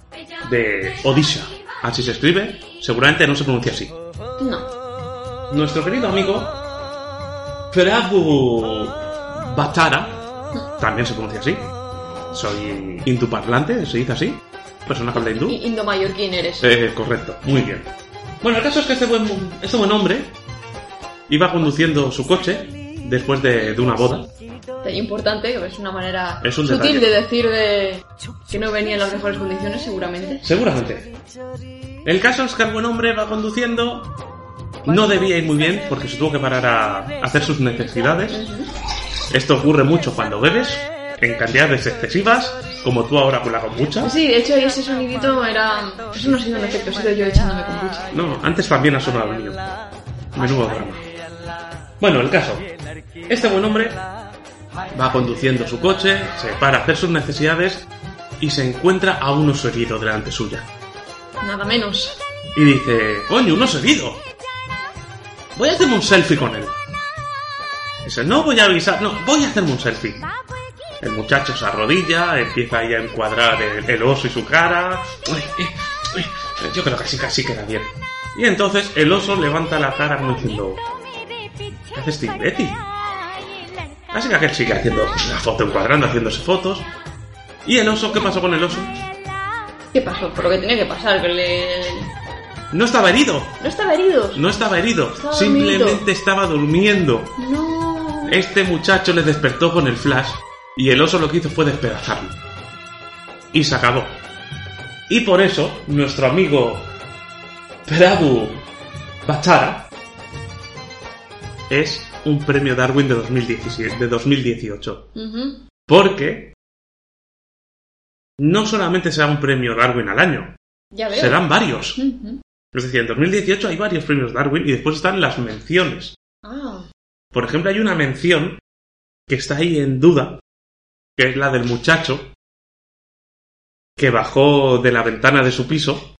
Speaker 3: de Odisha. Así se escribe, seguramente no se pronuncia así.
Speaker 2: No.
Speaker 3: Nuestro querido amigo Prabhu Batara, también se pronuncia así. Soy hinduparlante, se dice así. Persona con la hindú.
Speaker 2: I- Indomallorquín eres.
Speaker 3: Eh, correcto, muy bien. Bueno, el caso es que este buen, este buen hombre iba conduciendo su coche después de, de una boda.
Speaker 2: Es Importante, es una manera
Speaker 3: Es un
Speaker 2: sutil
Speaker 3: detalle.
Speaker 2: de decir de que no venía en las mejores condiciones, seguramente.
Speaker 3: Seguramente. El caso es que el buen hombre va conduciendo. No debía ir muy bien porque se tuvo que parar a hacer sus necesidades.
Speaker 2: Pues
Speaker 3: Esto ocurre mucho cuando bebes, en cantidades excesivas, como tú ahora con la kombucha.
Speaker 2: Sí, de hecho ese sonidito era... Eso no ha sido un efecto, ha sido yo echándome con bucha.
Speaker 3: No, antes también ha sonado el mío. Menudo drama. Bueno, el caso. Este buen hombre va conduciendo su coche, se para a hacer sus necesidades y se encuentra a un oso herido delante suya.
Speaker 2: Nada menos.
Speaker 3: Y dice, coño, un oso herido. Voy a hacerme un selfie con él. Dice, no voy a avisar, no, voy a hacerme un selfie. El muchacho se arrodilla, empieza ahí a encuadrar el, el oso y su cara. Uy, eh, uy, eh, Yo creo que así casi queda bien. Y entonces el oso levanta la cara como diciendo, ¿qué haces, Tim Betty? Así que aquel sigue haciendo la foto, encuadrando, haciéndose fotos. ¿Y el oso? ¿Qué pasó con el oso?
Speaker 2: ¿Qué pasó? Por lo que tenía que pasar, que le...
Speaker 3: No estaba herido,
Speaker 2: No estaba herido.
Speaker 3: no estaba herido,
Speaker 2: Estaba
Speaker 3: simplemente
Speaker 2: dormido.
Speaker 3: estaba durmiendo.
Speaker 2: No.
Speaker 3: Este muchacho le despertó con el flash y el oso lo que hizo fue despedazarlo. Y se acabó. Y por eso, nuestro amigo Prabhu Bachara es un premio Darwin de, 2017, de 2018.
Speaker 2: Ujú.
Speaker 3: Porque no solamente se da un premio Darwin al año,
Speaker 2: Ya veo.
Speaker 3: se dan varios.
Speaker 2: Ujú.
Speaker 3: Es decir, en 2018 hay varios premios Darwin y después están las menciones.
Speaker 2: Ah,
Speaker 3: Por ejemplo, hay una mención que está ahí en duda, que es la del muchacho que bajó de la ventana de su piso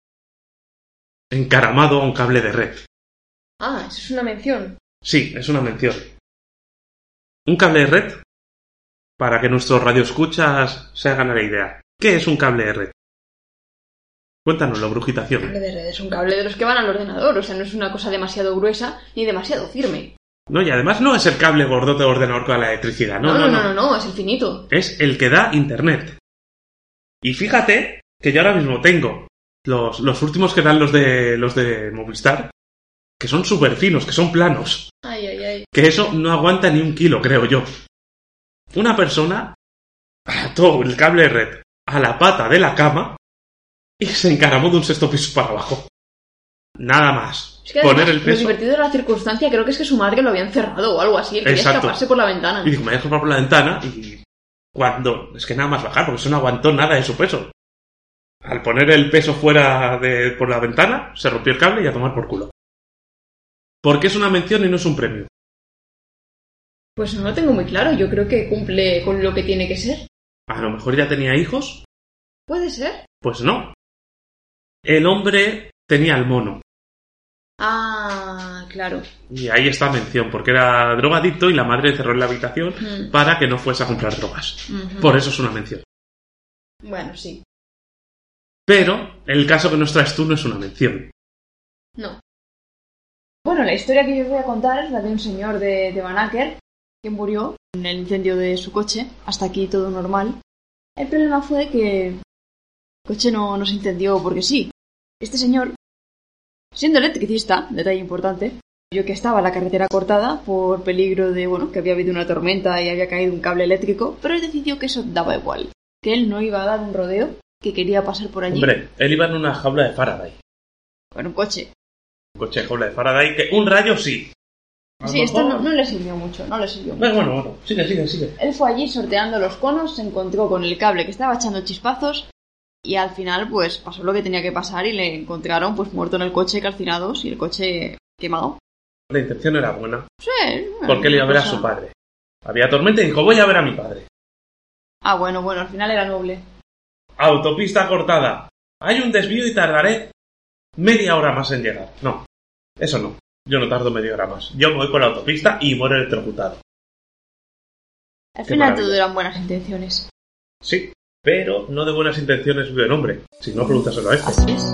Speaker 3: encaramado a un cable de red.
Speaker 2: ah, eso es una mención.
Speaker 3: Sí, es una mención. Un cable de red, para que nuestros radioescuchas se hagan a la idea. ¿Qué es un cable de red? Cuéntanoslo,
Speaker 2: Un
Speaker 3: brujitación.
Speaker 2: cable de red es un cable de los que van al ordenador, o sea, no es una cosa demasiado gruesa ni demasiado firme.
Speaker 3: No, y además no es el cable gordote de ordenador con la electricidad, no, no, no.
Speaker 2: no, no, es infinito.
Speaker 3: es el que da Internet. Y fíjate que yo ahora mismo tengo los, los últimos que dan los de, los de Movistar, que son súper finos, que son planos,
Speaker 2: Ay, ay, ay.
Speaker 3: que eso no aguanta ni un kilo, creo yo. Una persona ató el cable red a la pata de la cama y se encaramó de un sexto piso para abajo. Nada más.
Speaker 2: Es que además,
Speaker 3: Poner el
Speaker 2: lo
Speaker 3: peso
Speaker 2: divertido de la circunstancia creo que es que su madre lo había encerrado o algo así. Él quería
Speaker 3: Exacto.
Speaker 2: escaparse por la ventana.
Speaker 3: y dijo, me dejo por la ventana y cuando... Es que nada más bajar, porque eso no aguantó nada de su peso. Al poner el peso fuera de, por la ventana, se rompió el cable y a tomar por culo. Porque es una mención y no es un premio.
Speaker 2: Pues no lo tengo muy claro. Yo creo que cumple con lo que tiene que ser.
Speaker 3: A lo mejor ya tenía hijos,
Speaker 2: ¿Puede ser?
Speaker 3: pues no. El hombre tenía el mono.
Speaker 2: Ah, claro.
Speaker 3: Y ahí está mención, porque era drogadicto y la madre le cerró en la habitación
Speaker 2: Mm.
Speaker 3: para que no fuese a comprar drogas.
Speaker 2: Ujú.
Speaker 3: Por eso es una mención.
Speaker 2: Bueno, sí.
Speaker 3: Pero el caso que nos traes tú no es una mención.
Speaker 2: No. Bueno, la historia que yo os voy a contar es la de un señor de, de Van Acker que murió en el incendio de su coche. Hasta aquí todo normal. El problema fue que el coche no, no se incendió porque sí. Este señor, siendo electricista, detalle importante, yo que estaba la carretera cortada por peligro de, bueno, que había habido una tormenta y había caído un cable eléctrico, pero él decidió que eso daba igual, que él no iba a dar un rodeo, que quería pasar por allí
Speaker 3: Hombre, él iba en una jaula de Faraday.
Speaker 2: con un coche.
Speaker 3: E coche de jaula de Faraday, que un rayo sí, A lo
Speaker 2: Sí, esto
Speaker 3: mejor-
Speaker 2: no, no le sirvió mucho, no le sirvió mucho.
Speaker 3: Bueno, bueno, bueno. Sigue, sigue, sigue.
Speaker 2: Él fue allí sorteando los conos, se encontró con el cable que estaba echando chispazos y al final pues pasó lo que tenía que pasar y le encontraron pues muerto en el coche calcinados y el coche quemado.
Speaker 3: La intención era buena.
Speaker 2: Sí, bueno,
Speaker 3: Porque él iba a ver a
Speaker 2: cosa.
Speaker 3: su padre. Había tormenta y dijo, voy a ver a mi padre.
Speaker 2: Ah, bueno, bueno, al final era noble.
Speaker 3: Autopista cortada. Hay un desvío y tardaré media hora más en llegar. No, eso no. Yo no tardo media hora más. Yo me voy por la autopista y muero electrocutado.
Speaker 2: Al
Speaker 3: Qué
Speaker 2: final
Speaker 3: maravilla.
Speaker 2: todo eran buenas intenciones.
Speaker 3: Sí, pero no de buenas intenciones vive el hombre. Si no, pregúntaselo a este.
Speaker 2: Así es.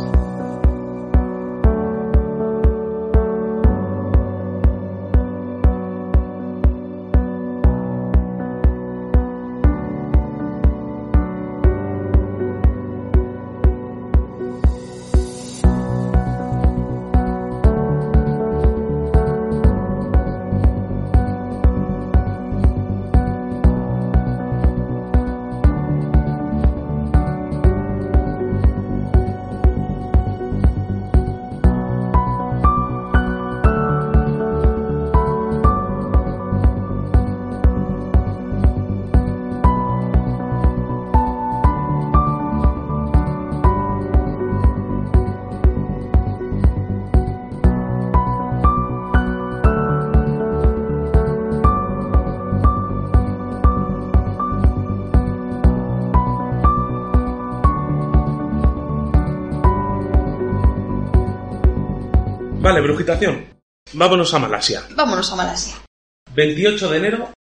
Speaker 3: Vale, brujitación. Vámonos a Malasia.
Speaker 2: Vámonos a Malasia.
Speaker 3: 28 de enero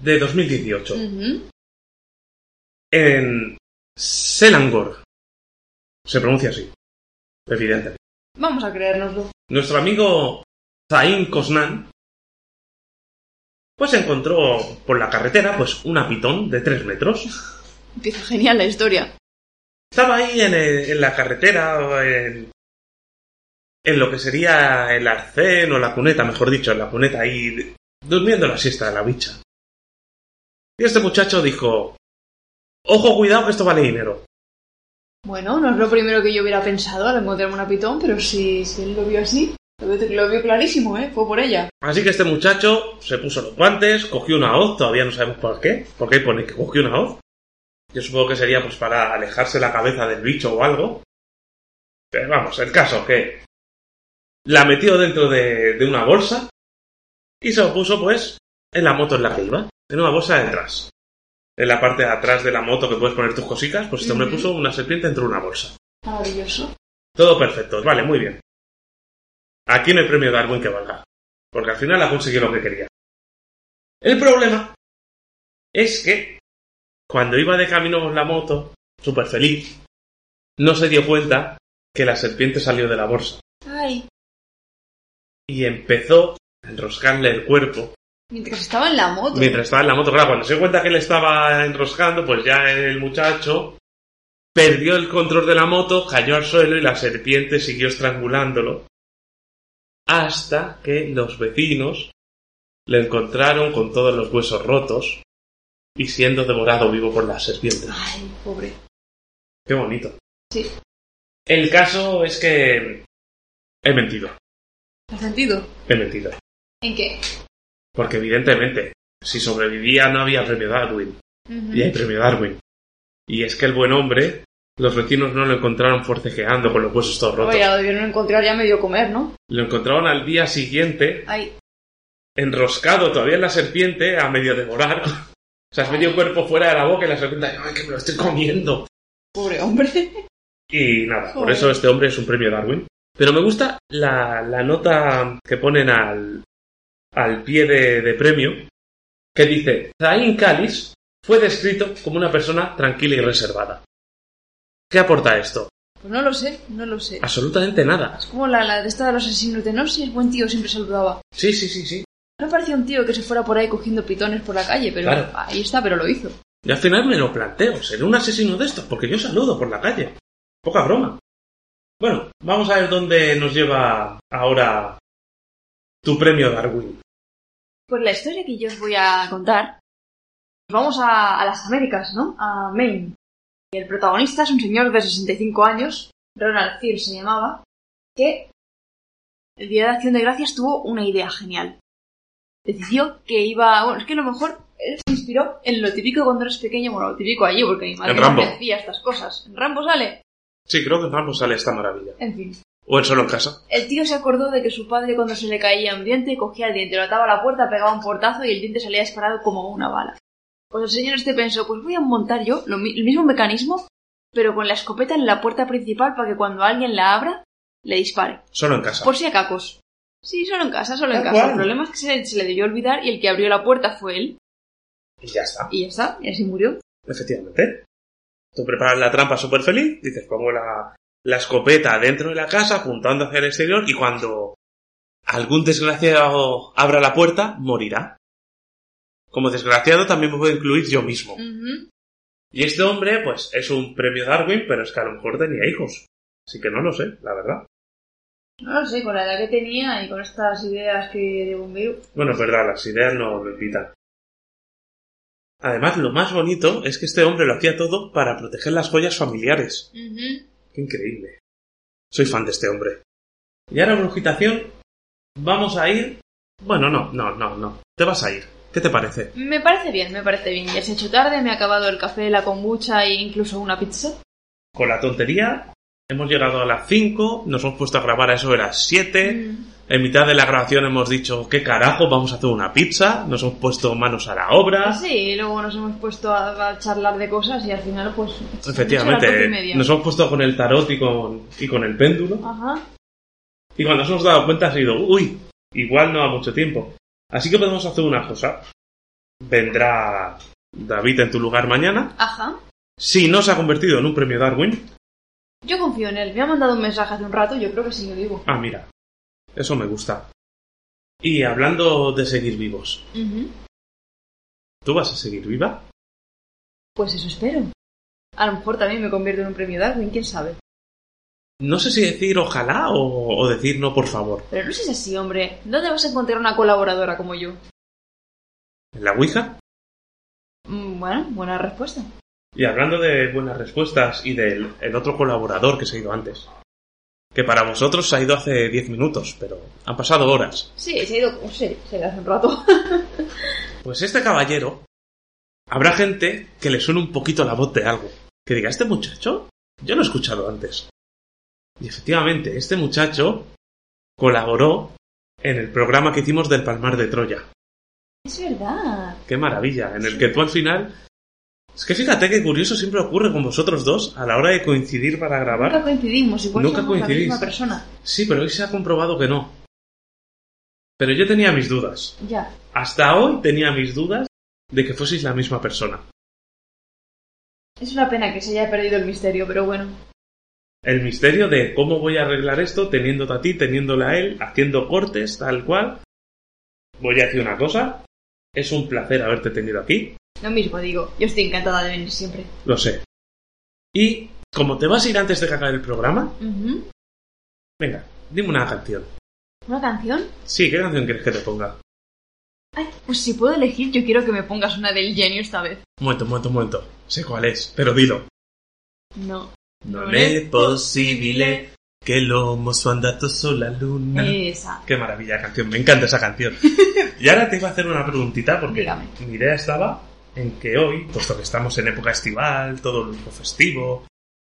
Speaker 3: de 2018.
Speaker 2: Ujú.
Speaker 3: En Selangor. Se pronuncia así. Evidentemente.
Speaker 2: Vamos a creérnoslo.
Speaker 3: nuestro amigo Zain Kosnan, pues encontró por la carretera pues una pitón de 3 metros.
Speaker 2: Empieza genial la historia.
Speaker 3: Estaba ahí en, el- en la carretera, o en, en lo que sería el arcén o la cuneta, mejor dicho, en la cuneta ahí, durmiendo la siesta de la bicha. Y este muchacho dijo, ojo, cuidado que esto vale dinero.
Speaker 2: Bueno, no es lo primero que yo hubiera pensado al encontrarme una pitón, pero si, si él lo vio así, lo vio, lo vio clarísimo, ¿eh? Fue por ella.
Speaker 3: Así que este muchacho se puso los guantes, cogió una hoz, todavía no sabemos por qué, porque ahí pone que cogió una hoz. Yo supongo que sería pues para alejarse la cabeza del bicho o algo. Pero vamos, el caso que la metió dentro de, de una bolsa y se lo puso pues en la moto en la que iba, en una bolsa de atrás. En la parte de atrás de la moto que puedes poner tus cositas, pues este hombre
Speaker 2: Ujú.
Speaker 3: puso una serpiente dentro de una bolsa.
Speaker 2: Maravilloso.
Speaker 3: Todo perfecto, vale, muy bien. Aquí no hay premio Darwin que valga, porque al final ha conseguido lo que quería. El problema es que cuando iba de camino con la moto, súper feliz, no se dio cuenta que la serpiente salió de la bolsa
Speaker 2: Ay,
Speaker 3: y empezó a enroscarle el cuerpo
Speaker 2: mientras estaba en la moto.
Speaker 3: mientras estaba en la moto. Claro, cuando se dio cuenta que le estaba enroscando, pues ya el muchacho perdió el control de la moto, cayó al suelo y la serpiente siguió estrangulándolo. Hasta que los vecinos le encontraron con todos los huesos rotos y siendo devorado vivo por la serpiente.
Speaker 2: Ay, pobre.
Speaker 3: Qué bonito.
Speaker 2: Sí.
Speaker 3: El caso es que he mentido,
Speaker 2: ¿Has sentido?
Speaker 3: he mentido.
Speaker 2: ¿En qué?
Speaker 3: Porque evidentemente, si sobrevivía no había premio Darwin.
Speaker 2: Ujú.
Speaker 3: y hay premio Darwin. Y es que el buen hombre, los vecinos no lo encontraron forcejeando con los huesos todos rotos.
Speaker 2: Oye, Oh, ya lo debieron encontrar ya medio comer, ¿no?
Speaker 3: Lo encontraron al día siguiente,
Speaker 2: Ay,
Speaker 3: enroscado todavía en la serpiente, a medio devorar. o sea, es medio cuerpo fuera de la boca y la serpiente, ¡ay, que me lo estoy comiendo!
Speaker 2: pobre hombre.
Speaker 3: Y nada, por
Speaker 2: Joder.
Speaker 3: eso este hombre es un premio Darwin. Pero me gusta la, la nota que ponen al, al pie de, de premio, que dice, Zain Calis fue descrito como una persona tranquila y reservada. ¿Qué aporta esto?
Speaker 2: Pues no lo sé, no lo sé.
Speaker 3: Absolutamente nada.
Speaker 2: Es como la, la de esta de los asesinos de Norsi, el buen tío siempre saludaba.
Speaker 3: Sí, sí, sí, sí.
Speaker 2: No parecía un tío que se fuera por ahí cogiendo pitones por la calle, pero
Speaker 3: Claro.
Speaker 2: ahí está, pero lo hizo.
Speaker 3: Y al final me lo planteo, seré un asesino de estos, porque yo saludo por la calle. Poca broma. Bueno, vamos a ver dónde nos lleva ahora tu premio Darwin.
Speaker 2: Pues la historia que yo os voy a contar. Vamos a, a las Américas, ¿no? A Maine. Y el protagonista es un señor de 65 años, Ronald Sear se llamaba, que el día de Acción de Gracias tuvo una idea genial. decidió que iba. Bueno, es que a lo mejor él se inspiró en lo típico cuando eres pequeño, bueno, lo típico allí, porque mi madre
Speaker 3: En Rambo.
Speaker 2: me hacía estas cosas. En Rambo sale.
Speaker 3: Sí, creo que en Rambo sale esta maravilla.
Speaker 2: En fin.
Speaker 3: O en Solo en Casa.
Speaker 2: El tío se acordó de que su padre cuando se le caía un diente cogía el diente, lo ataba a la puerta, pegaba un portazo y el diente salía disparado como una bala. Pues el señor este pensó, pues voy a montar yo lo mi- el mismo mecanismo, pero con la escopeta en la puerta principal para que cuando alguien la abra, le dispare.
Speaker 3: Solo en Casa.
Speaker 2: Por si a cacos. Sí, solo en casa, solo en
Speaker 4: Tal
Speaker 2: casa. El
Speaker 4: cual.
Speaker 2: problema es que se, se le debió olvidar y el que abrió la puerta fue él.
Speaker 3: Y ya está.
Speaker 2: Y ya está, y así murió.
Speaker 3: Efectivamente. Tú preparas la trampa súper feliz, dices, pongo la, la escopeta dentro de la casa apuntando hacia el exterior y cuando algún desgraciado abra la puerta, morirá. Como desgraciado también me puedo incluir yo mismo.
Speaker 2: Ujú.
Speaker 3: Y este hombre, pues, es un premio Darwin, pero es que a lo mejor tenía hijos. Así que no lo sé, la verdad.
Speaker 2: No lo sé, con la edad que tenía y con estas ideas que de bombero.
Speaker 3: Bueno, es verdad, las ideas no repitan. Además, lo más bonito es que este hombre lo hacía todo para proteger las joyas familiares.
Speaker 2: Ujú.
Speaker 3: Qué increíble. Soy fan de este hombre. Y ahora, brujitación, vamos a ir. Bueno, no, no, no, no. Te vas a ir. ¿Qué te parece?
Speaker 2: Me parece bien, me parece bien. Ya se ha hecho tarde, me ha acabado el café, la kombucha e incluso una pizza.
Speaker 3: Con la tontería, hemos llegado a las 5, nos hemos puesto a grabar a eso de las 7.
Speaker 2: Mm.
Speaker 3: En mitad de la grabación hemos dicho, ¿qué carajo? Vamos a hacer una pizza. Nos hemos puesto manos a la obra.
Speaker 2: Pues Sí, y luego nos hemos puesto a, a charlar de cosas y al final, pues. han hecho las doce y
Speaker 3: Efectivamente,
Speaker 2: media.
Speaker 3: nos hemos puesto con el tarot y con, y con el péndulo.
Speaker 2: Ajá.
Speaker 3: Y cuando nos hemos dado cuenta ha sido, uy, igual no a mucho tiempo. Así que podemos hacer una cosa. Vendrá David en tu lugar mañana.
Speaker 2: Ajá.
Speaker 3: Si no se ha convertido en un premio Darwin.
Speaker 2: Yo confío en él. Me ha mandado un mensaje hace un rato, yo creo que sí lo digo.
Speaker 3: Ah, mira. Eso me gusta. Y hablando de seguir vivos,
Speaker 2: Ujú.
Speaker 3: ¿tú vas a seguir viva?
Speaker 2: Pues eso espero. A lo mejor también me convierto en un premio Darwin, quién sabe.
Speaker 3: No sé si decir ojalá o, o decir no, por favor.
Speaker 2: Pero no seas así, hombre. ¿Dónde vas a encontrar una colaboradora como yo?
Speaker 3: ¿En la Ouija?
Speaker 2: Mm, bueno, buena respuesta.
Speaker 3: Y hablando de buenas respuestas y del el otro colaborador que se ha ido antes. Que para vosotros se ha ido hace 10 minutos, pero han pasado horas.
Speaker 2: Sí, se ha ido, sí, se le hace un rato.
Speaker 3: Pues este caballero, habrá gente que le suene un poquito la voz de algo. Que diga, este muchacho, yo lo he escuchado antes. Y efectivamente, este muchacho colaboró en el programa que hicimos del Palmar de Troya.
Speaker 2: es verdad.
Speaker 3: ¡Qué maravilla! En el que tú al final... Es que fíjate qué curioso siempre ocurre con vosotros dos a la hora de coincidir para
Speaker 2: Nunca
Speaker 3: grabar.
Speaker 2: coincidimos, igual
Speaker 3: ¿Ah, Nunca
Speaker 2: somos
Speaker 3: coincidís.
Speaker 2: la misma persona.
Speaker 3: Sí, pero hoy se ha comprobado que no. Pero yo tenía mis dudas.
Speaker 2: Ya.
Speaker 3: Hasta hoy tenía mis dudas de que fueseis la misma persona.
Speaker 2: Es una pena que se haya perdido el misterio, pero bueno.
Speaker 3: El misterio de cómo voy a arreglar esto teniéndote a ti, teniéndola a él, haciendo cortes, tal cual. Voy a decir una cosa. Es un placer haberte tenido aquí.
Speaker 2: Lo mismo digo, yo estoy encantada de venir siempre.
Speaker 3: Lo sé. Y como te vas a ir antes de que acabe el programa,
Speaker 2: Ujú.
Speaker 3: venga, dime una canción.
Speaker 2: ¿Una canción?
Speaker 3: Sí, ¿qué canción quieres que te ponga?
Speaker 2: Ay, pues si puedo elegir, yo quiero que me pongas una del genio esta vez.
Speaker 3: Un Momento, un momento, un momento. Sé cuál es, pero dilo.
Speaker 2: No.
Speaker 3: Non è possibile che l'uomo sia andato sulla
Speaker 2: Eh,
Speaker 3: luna.
Speaker 2: Esa.
Speaker 3: Qué maravilla de canción, me encanta esa canción. Y ahora te iba a hacer una preguntita porque
Speaker 2: Dígame.
Speaker 3: mi idea estaba en que hoy, puesto que estamos en época estival, todo lujo festivo,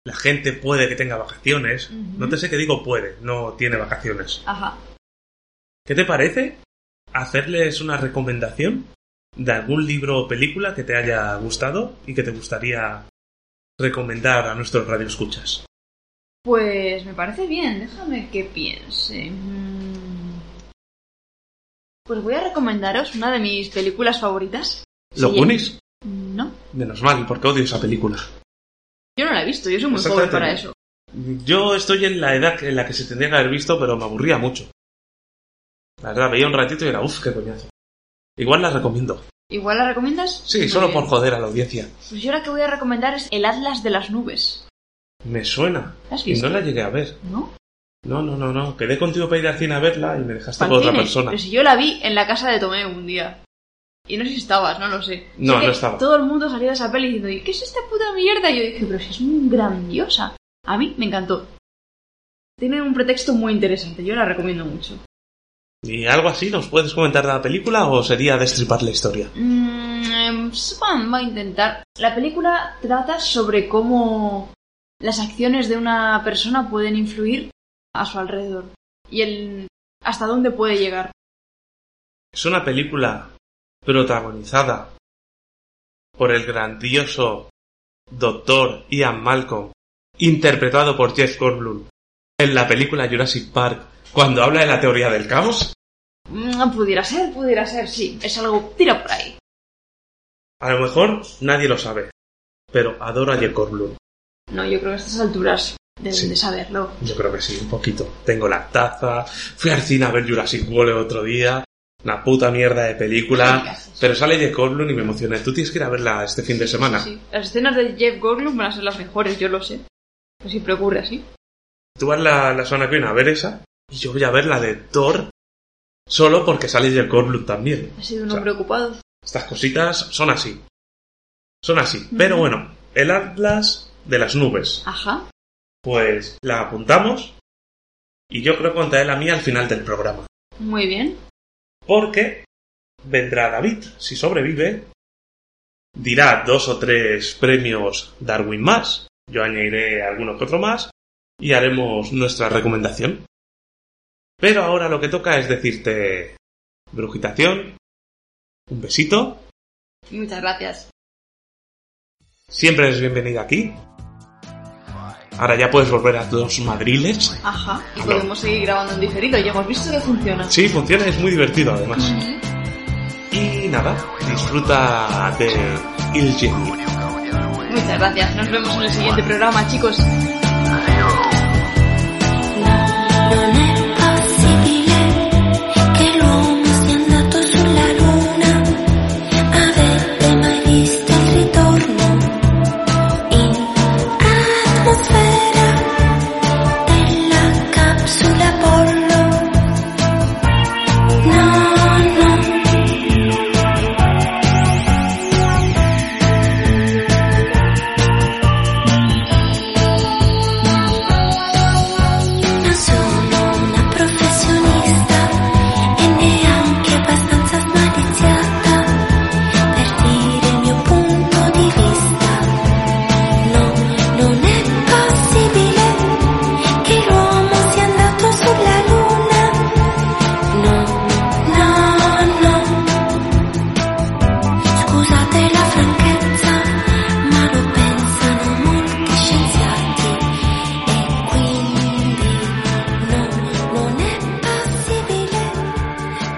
Speaker 3: la gente puede que tenga vacaciones.
Speaker 2: Ujú.
Speaker 3: No te sé qué digo puede, no tiene vacaciones.
Speaker 2: Ajá.
Speaker 3: ¿Qué te parece hacerles una recomendación de algún libro o película que te haya gustado y que te gustaría recomendar a nuestros radioescuchas?
Speaker 2: Pues me parece bien, déjame que piense. Mm. Pues voy a recomendaros una de mis películas favoritas.
Speaker 3: ¿Lo
Speaker 2: Sí.
Speaker 3: pones?
Speaker 2: No,
Speaker 3: Menos mal, porque odio esa película.
Speaker 2: yo no la he visto, yo soy muy joven
Speaker 3: Exactamente.
Speaker 2: para eso.
Speaker 3: Yo estoy en la edad en la que se tendría que haber visto, pero me aburría mucho. La verdad, veía un ratito y era, uff, qué coñazo. Igual la recomiendo.
Speaker 2: ¿Igual la recomiendas?
Speaker 3: Sí,
Speaker 2: Muy
Speaker 3: solo
Speaker 2: bien.
Speaker 3: por joder a la audiencia.
Speaker 2: Pues yo la que voy a recomendar es El Atlas de las Nubes.
Speaker 3: Me suena.
Speaker 2: ¿La has
Speaker 3: Y
Speaker 2: visto?
Speaker 3: no la llegué a ver.
Speaker 2: ¿No?
Speaker 3: No, no, no, no. Quedé contigo para ir al cine a verla y me dejaste
Speaker 2: Pa'l
Speaker 3: con otra
Speaker 2: cine.
Speaker 3: persona.
Speaker 2: Pero si yo la vi en la casa de Tomé un día. Y no sé si estabas, no lo sé.
Speaker 3: No,
Speaker 2: Sé que
Speaker 3: no estaba.
Speaker 2: Todo el mundo salía de esa peli diciendo, "¿Y ¿qué es esta puta mierda? Y yo dije, pero si es muy grandiosa. A mí me encantó. Tiene un pretexto muy interesante, yo la recomiendo mucho.
Speaker 3: ¿Y algo así nos puedes comentar de la película o sería destripar la historia?
Speaker 2: Mm, Swan va a intentar. La película trata sobre cómo las acciones de una persona pueden influir a su alrededor y el hasta dónde puede llegar.
Speaker 3: Es una película protagonizada por el grandioso doctor Ian Malcolm, interpretado por Jeff Goldblum, en la película Jurassic Park, cuando habla de la teoría del caos.
Speaker 2: Mm, pudiera ser, pudiera ser, sí. Es algo tira por ahí.
Speaker 3: A lo mejor nadie lo sabe, pero adoro a Jeff Goldblum.
Speaker 2: No, yo creo que a estas alturas deben
Speaker 3: Sí.
Speaker 2: de saberlo.
Speaker 3: Yo creo que sí, un poquito. Tengo la taza, fui al cine a ver Jurassic World el otro día, una puta mierda de
Speaker 2: No
Speaker 3: película,
Speaker 2: digas eso.
Speaker 3: pero sale Jeff Goldblum y me emocioné. Tú tienes que ir a verla este fin de semana.
Speaker 2: Sí, Las escenas de Jeff Goldblum van a ser las mejores, yo lo sé. Pues siempre ocurre así.
Speaker 3: Tú vas la, la semana que viene a ver esa y yo voy a ver la de Thor solo porque sale Jeff Goldblum también.
Speaker 2: Ha sido un
Speaker 3: O sea,
Speaker 2: hombre ocupado.
Speaker 3: Estas cositas son así. Son así. Pero bueno, el Atlas de las nubes.
Speaker 2: Ajá.
Speaker 3: Pues la apuntamos y yo creo que contaré la mía al final del programa.
Speaker 2: Muy bien.
Speaker 3: Porque vendrá David, si sobrevive, dirá dos o tres premios Darwin más. Yo añadiré algunos que otro más y haremos nuestra recomendación. Pero ahora lo que toca es decirte brujitación, un besito
Speaker 2: Y Muchas gracias.
Speaker 3: Siempre eres bienvenida aquí. Ahora ya puedes volver a tus madriles.
Speaker 2: Ajá. Y
Speaker 3: Aló.
Speaker 2: podemos seguir grabando en diferido. Ya hemos visto que funciona.
Speaker 3: Sí, funciona, es muy divertido además.
Speaker 2: Ujú.
Speaker 3: Y nada, disfruta de Il Genio.
Speaker 2: Muchas gracias. Nos vemos en el siguiente programa, chicos.
Speaker 5: Non è possibile che l'uomo sia andato sulla luna, avete mai visto il ritorno in atmosfera della capsula pollo? No, no. Non sono una professionista e neanche abbastanza smaliziata per dire il mio punto di vista. No, non è possibile che l'uomo sia andato sulla luna. No, no, no. Scusate la franchezza, ma lo pensano molti scienziati. E quindi no, non è possibile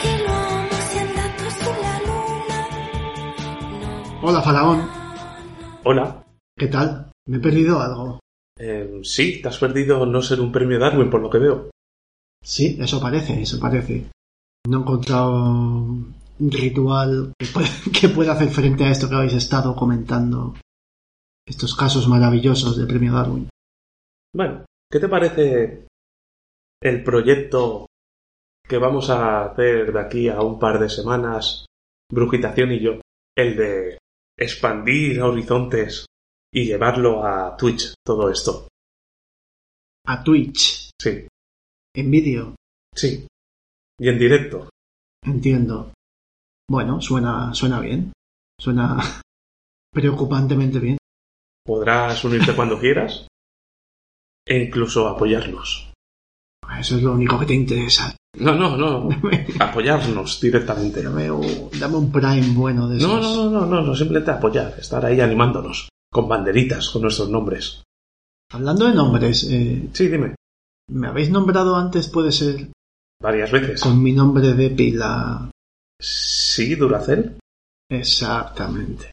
Speaker 5: che l'uomo sia andato sulla luna. No.
Speaker 4: Hola, Faraón.
Speaker 3: Hola.
Speaker 4: ¿Qué tal? Me he perdido algo.
Speaker 3: Eh, sí, te has perdido no ser un premio Darwin por lo que veo.
Speaker 4: Sí, eso parece, eso parece. No he encontrado un ritual que pueda, que pueda hacer frente a esto que habéis estado comentando. Estos casos maravillosos de premio Darwin.
Speaker 3: Bueno, ¿qué te parece el proyecto que vamos a hacer de aquí a un par de semanas, Brujitación y yo? El de expandir horizontes y llevarlo a Twitch, todo esto.
Speaker 4: A Twitch,
Speaker 3: Sí,
Speaker 4: en vídeo,
Speaker 3: sí. Y en directo.
Speaker 4: entiendo. Bueno, suena, suena bien. Suena preocupantemente bien.
Speaker 3: Podrás unirte cuando quieras e incluso apoyarnos.
Speaker 4: Eso es lo único que te interesa.
Speaker 3: No, no, no. Apoyarnos directamente. No,
Speaker 4: Dame un, dame un prime bueno de esos.
Speaker 3: no, no, no, no, no, simplemente apoyar, estar ahí animándonos, con banderitas, con nuestros nombres.
Speaker 4: Hablando de nombres, eh,
Speaker 3: Sí, dime,
Speaker 4: me habéis nombrado antes, puede ser,
Speaker 3: varias veces.
Speaker 4: con mi nombre de pila.
Speaker 3: Sí, Duracel.
Speaker 4: Exactamente.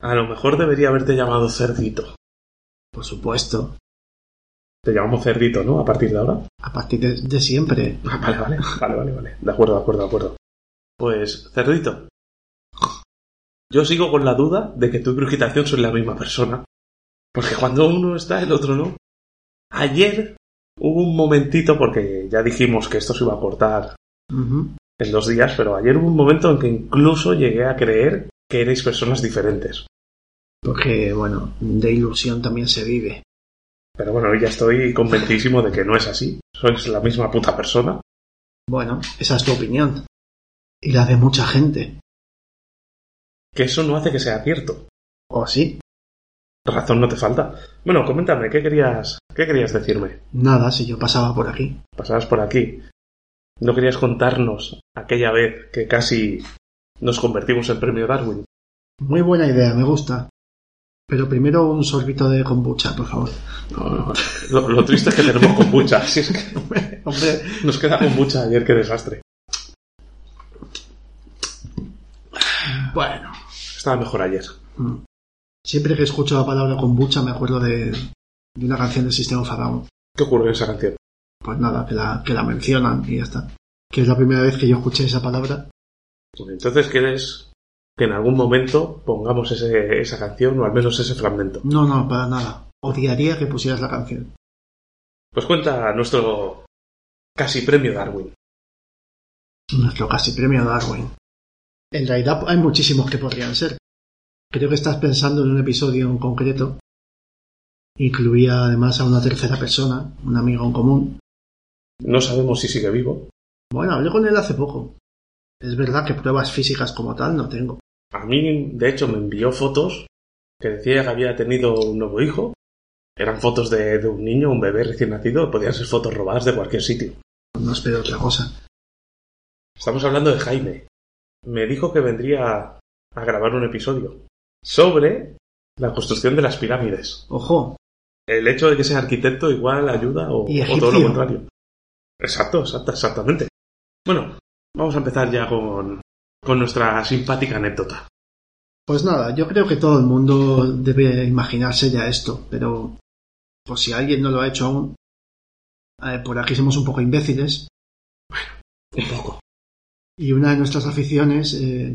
Speaker 3: A lo mejor debería haberte llamado Cerdito.
Speaker 4: Por supuesto.
Speaker 3: Te llamamos Cerdito, ¿no? A partir de ahora.
Speaker 4: A partir de, de siempre.
Speaker 3: Ah, Vale, vale, vale, vale, vale. De acuerdo, de acuerdo, de acuerdo. Pues, Cerdito. Yo sigo con la duda de que tú y Brujitación son la misma persona. Porque cuando uno está, el otro no. Ayer hubo un momentito, porque ya dijimos que esto se iba a cortar
Speaker 4: Ujú.
Speaker 3: en dos días, pero ayer hubo un momento en que incluso llegué a creer que erais personas diferentes.
Speaker 4: Porque, bueno, de ilusión también se vive.
Speaker 3: Pero bueno, hoy ya estoy convencidísimo de que no es así. Sois la misma puta persona.
Speaker 4: Bueno, esa es tu opinión. Y la de mucha gente.
Speaker 3: Que eso no hace que sea cierto.
Speaker 4: ¿O sí?
Speaker 3: Razón no te falta. Bueno, coméntame, ¿qué querías, qué querías decirme?
Speaker 4: Nada, si yo pasaba por aquí.
Speaker 3: Pasabas por aquí. ¿No querías contarnos aquella vez que casi nos convertimos en premio Darwin?
Speaker 4: Muy buena idea, me gusta. Pero primero un sorbito de kombucha, por favor.
Speaker 3: No, no, Lo, lo triste es que tenemos kombucha. Si es que
Speaker 4: Hombre,
Speaker 3: nos queda kombucha ayer, qué desastre.
Speaker 4: bueno.
Speaker 3: Estaba mejor ayer.
Speaker 4: Mm. Siempre que escucho la palabra kombucha me acuerdo de, de una canción del Sistema of a Down.
Speaker 3: ¿Qué ocurre en esa canción?
Speaker 4: Pues nada, que la, que la mencionan y ya está. Que es la primera vez que yo escuché esa palabra.
Speaker 3: Pues Entonces, ¿quieres que en algún momento pongamos ese- esa canción o al menos ese fragmento?
Speaker 4: No, no, para nada. Odiaría que pusieras la canción.
Speaker 3: Pues cuenta nuestro casi premio Darwin.
Speaker 4: Nuestro casi premio Darwin. En realidad hay muchísimos que podrían ser. Creo que estás pensando en un episodio en concreto. Incluía además a una tercera persona, un amigo en común.
Speaker 3: No sabemos si sigue vivo.
Speaker 4: Bueno, hablé con él hace poco. Es verdad que pruebas físicas como tal no tengo.
Speaker 3: A mí, de hecho, me envió fotos que decía que había tenido un nuevo hijo. Eran fotos de, de un niño, un bebé recién nacido. Podían ser fotos robadas de cualquier sitio.
Speaker 4: No espero otra cosa.
Speaker 3: Estamos hablando de Jaime. Me dijo que vendría a grabar un episodio sobre la construcción de las pirámides.
Speaker 4: Ojo,
Speaker 3: El hecho de que sea arquitecto igual ayuda o,
Speaker 4: Y
Speaker 3: o
Speaker 4: egipcio.
Speaker 3: todo lo contrario. Exacto, exacta- exactamente. Bueno, vamos a empezar ya con, con nuestra simpática anécdota.
Speaker 4: Pues nada, yo creo que todo el mundo debe imaginarse ya esto, pero por si alguien no lo ha hecho aún, eh, por aquí somos un poco imbéciles. Bueno, un poco. Y una de nuestras aficiones, eh,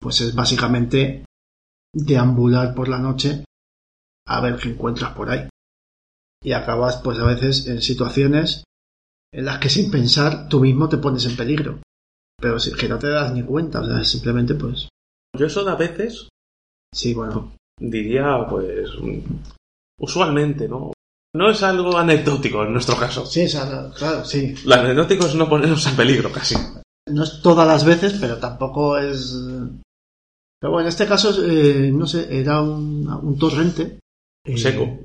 Speaker 4: pues es básicamente deambular por la noche a ver qué encuentras por ahí. Y acabas, pues a veces, en situaciones en las que sin pensar tú mismo te pones en peligro. Pero si- que no te das ni cuenta, o sea, simplemente pues...
Speaker 3: Yo eso de a veces
Speaker 4: Sí, bueno,
Speaker 3: diría, pues, mm, usualmente, ¿no? No es algo anecdótico en nuestro caso.
Speaker 4: Sí, o sea, no- claro, sí.
Speaker 3: Lo anecdótico es no ponernos en peligro casi.
Speaker 4: No es todas las veces, pero tampoco es. eh, Pero bueno, en este caso, eh, no sé, era un, un torrente. eh,
Speaker 3: Seco.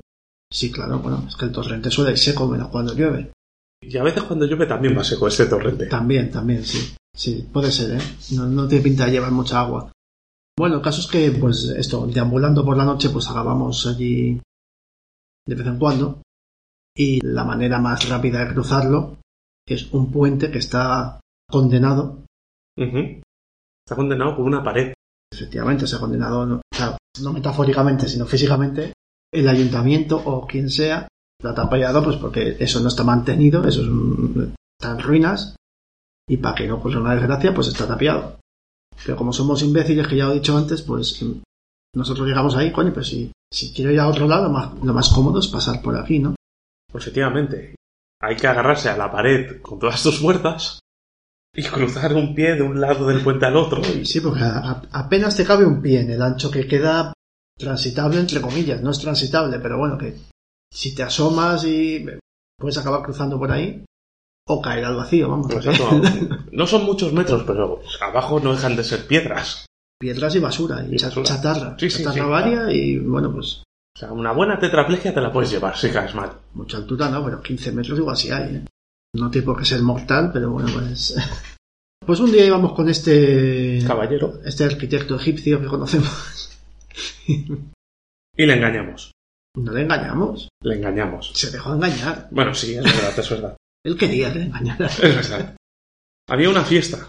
Speaker 4: Sí, claro, bueno, es que el torrente suele ir seco menos cuando llueve.
Speaker 3: Y a veces cuando llueve también va seco este torrente.
Speaker 4: También, también, sí. Sí, puede ser, ¿eh? No, no tiene pinta de llevar mucha agua. Bueno, el caso es que, pues, esto, deambulando por la noche, pues acabamos allí de vez en cuando. Y la manera más rápida de cruzarlo es un puente que está condenado
Speaker 3: Ujú. Está condenado por una pared.
Speaker 4: efectivamente se ha condenado, no, o sea, no metafóricamente, sino físicamente, el ayuntamiento o quien sea lo ha tapallado, pues porque eso no está mantenido, eso es un- está en ruinas, y para que no ocurra una desgracia, pues está tapiado. Pero como somos imbéciles, que ya lo he dicho antes, pues mm, nosotros llegamos ahí, coño, pero si, si quiero ir a otro lado, lo más, lo más cómodo es pasar por aquí, ¿no?
Speaker 3: Efectivamente, hay que agarrarse a la pared con todas tus fuerzas y cruzar un pie de un lado del puente al otro. Y
Speaker 4: Sí, porque a- a- apenas te cabe un pie en el ancho que queda transitable, entre comillas. No es transitable, pero bueno, que si te asomas y puedes acabar cruzando por ahí o caer al vacío, vamos. ¿eh?
Speaker 3: por tanto, no son muchos metros, pero abajo no dejan de ser piedras.
Speaker 4: Piedras y basura, y
Speaker 3: Y
Speaker 4: cha-
Speaker 3: basura.
Speaker 4: chatarra.
Speaker 3: Sí, sí,
Speaker 4: chatarra
Speaker 3: sí.
Speaker 4: varia y bueno, pues
Speaker 3: O sea, una buena tetraplegia te la puedes llevar si caes mal.
Speaker 4: mucha altura no, pero 15 metros igual sí hay. ¿eh? No tiene por qué ser mortal, pero bueno, pues... Pues un día íbamos con este...
Speaker 3: Caballero.
Speaker 4: Este arquitecto egipcio que conocemos.
Speaker 3: Y le engañamos.
Speaker 4: No le engañamos.
Speaker 3: Le engañamos.
Speaker 4: Se dejó engañar.
Speaker 3: Bueno, sí, es verdad, es verdad.
Speaker 4: Él quería que le engañara.
Speaker 3: Es verdad. Había una fiesta.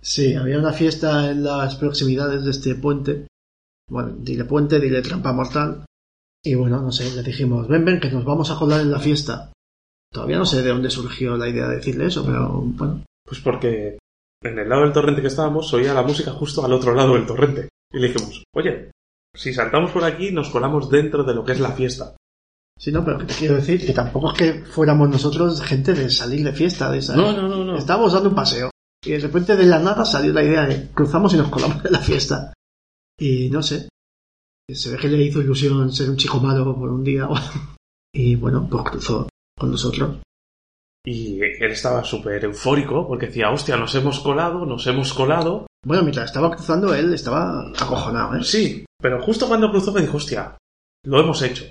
Speaker 4: Sí, había una fiesta en las proximidades de este puente. Bueno, dile puente, dile trampa mortal. Y bueno, no sé, le dijimos, ven, ven, que nos vamos a colar en la fiesta. Todavía no sé de dónde surgió la idea de decirle eso, pero bueno.
Speaker 3: Pues porque en el lado del torrente que estábamos se oía la música justo al otro lado del torrente. Y le dijimos, oye, si saltamos por aquí nos colamos dentro de lo que es la fiesta.
Speaker 4: Sí, no, pero que te quiero decir que tampoco es que fuéramos nosotros gente de salir de fiesta, de esa.
Speaker 3: No, no, no, no.
Speaker 4: Estábamos dando un paseo. Y de repente de la nada salió la idea de cruzamos y nos colamos en la fiesta. Y no sé. Se ve que le hizo ilusión ser un chico malo por un día. Y bueno, pues cruzó con nosotros.
Speaker 3: Y él estaba súper eufórico porque decía, hostia, nos hemos colado, nos hemos colado.
Speaker 4: Bueno, mientras estaba cruzando, él estaba acojonado, ¿eh?
Speaker 3: Sí, pero justo cuando cruzó me dijo, hostia, lo hemos hecho.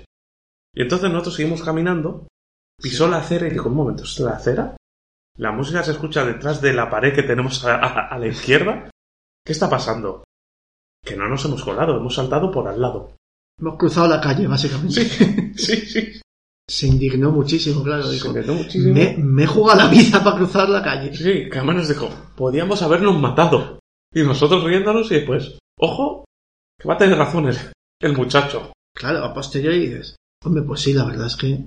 Speaker 3: Y entonces nosotros seguimos caminando, pisó la acera y dijo, un momento, ¿esto es la acera? La música se escucha detrás de la pared que tenemos a, a- a la izquierda. ¿Qué está pasando? Que no nos hemos colado, hemos saltado por al lado.
Speaker 4: Hemos cruzado la calle, básicamente.
Speaker 3: Sí, sí, sí.
Speaker 4: Se indignó muchísimo, claro.
Speaker 3: Se
Speaker 4: Dijo,
Speaker 3: quedó muchísimo.
Speaker 4: me, me he jugado la vida para cruzar la calle.
Speaker 3: Sí, que además nos dijo, podíamos habernos matado. Y nosotros riéndonos y después, ojo, que va a tener razón el, el muchacho.
Speaker 4: Claro, a posteriori dices, hombre, pues sí, la verdad es que...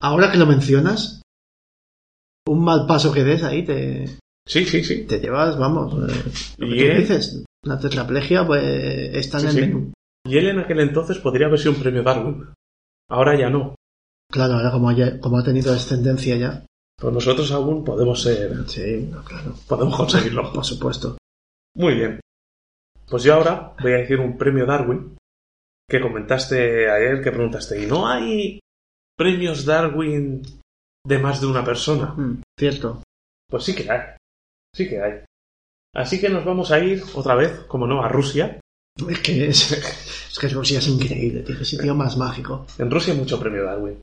Speaker 4: Ahora que lo mencionas, un mal paso que des ahí te,
Speaker 3: Sí, sí, sí.
Speaker 4: te llevas, vamos... eh, lo que
Speaker 3: Y
Speaker 4: tú
Speaker 3: él,
Speaker 4: dices, la tetraplegia, pues, está en
Speaker 3: Sí,
Speaker 4: el
Speaker 3: sí.
Speaker 4: menú.
Speaker 3: y él en aquel entonces podría haber sido un premio Darwin. Ahora ya no.
Speaker 4: Claro, ahora como, ya- como ha tenido descendencia ya.
Speaker 3: Pues nosotros aún podemos ser,
Speaker 4: Sí, no, claro.
Speaker 3: podemos conseguirlo.
Speaker 4: Por supuesto.
Speaker 3: Muy bien. Pues yo ahora voy a decir un premio Darwin que comentaste ayer, que preguntaste, ¿y no hay premios Darwin de más de una persona?
Speaker 4: Mm, cierto.
Speaker 3: Pues sí que hay. Sí que hay. Así que nos vamos a ir otra vez, como no, a Rusia.
Speaker 4: Es que es, es que Rusia es increíble, tío. Qué sitio más mágico.
Speaker 3: En Rusia hay mucho premio Darwin.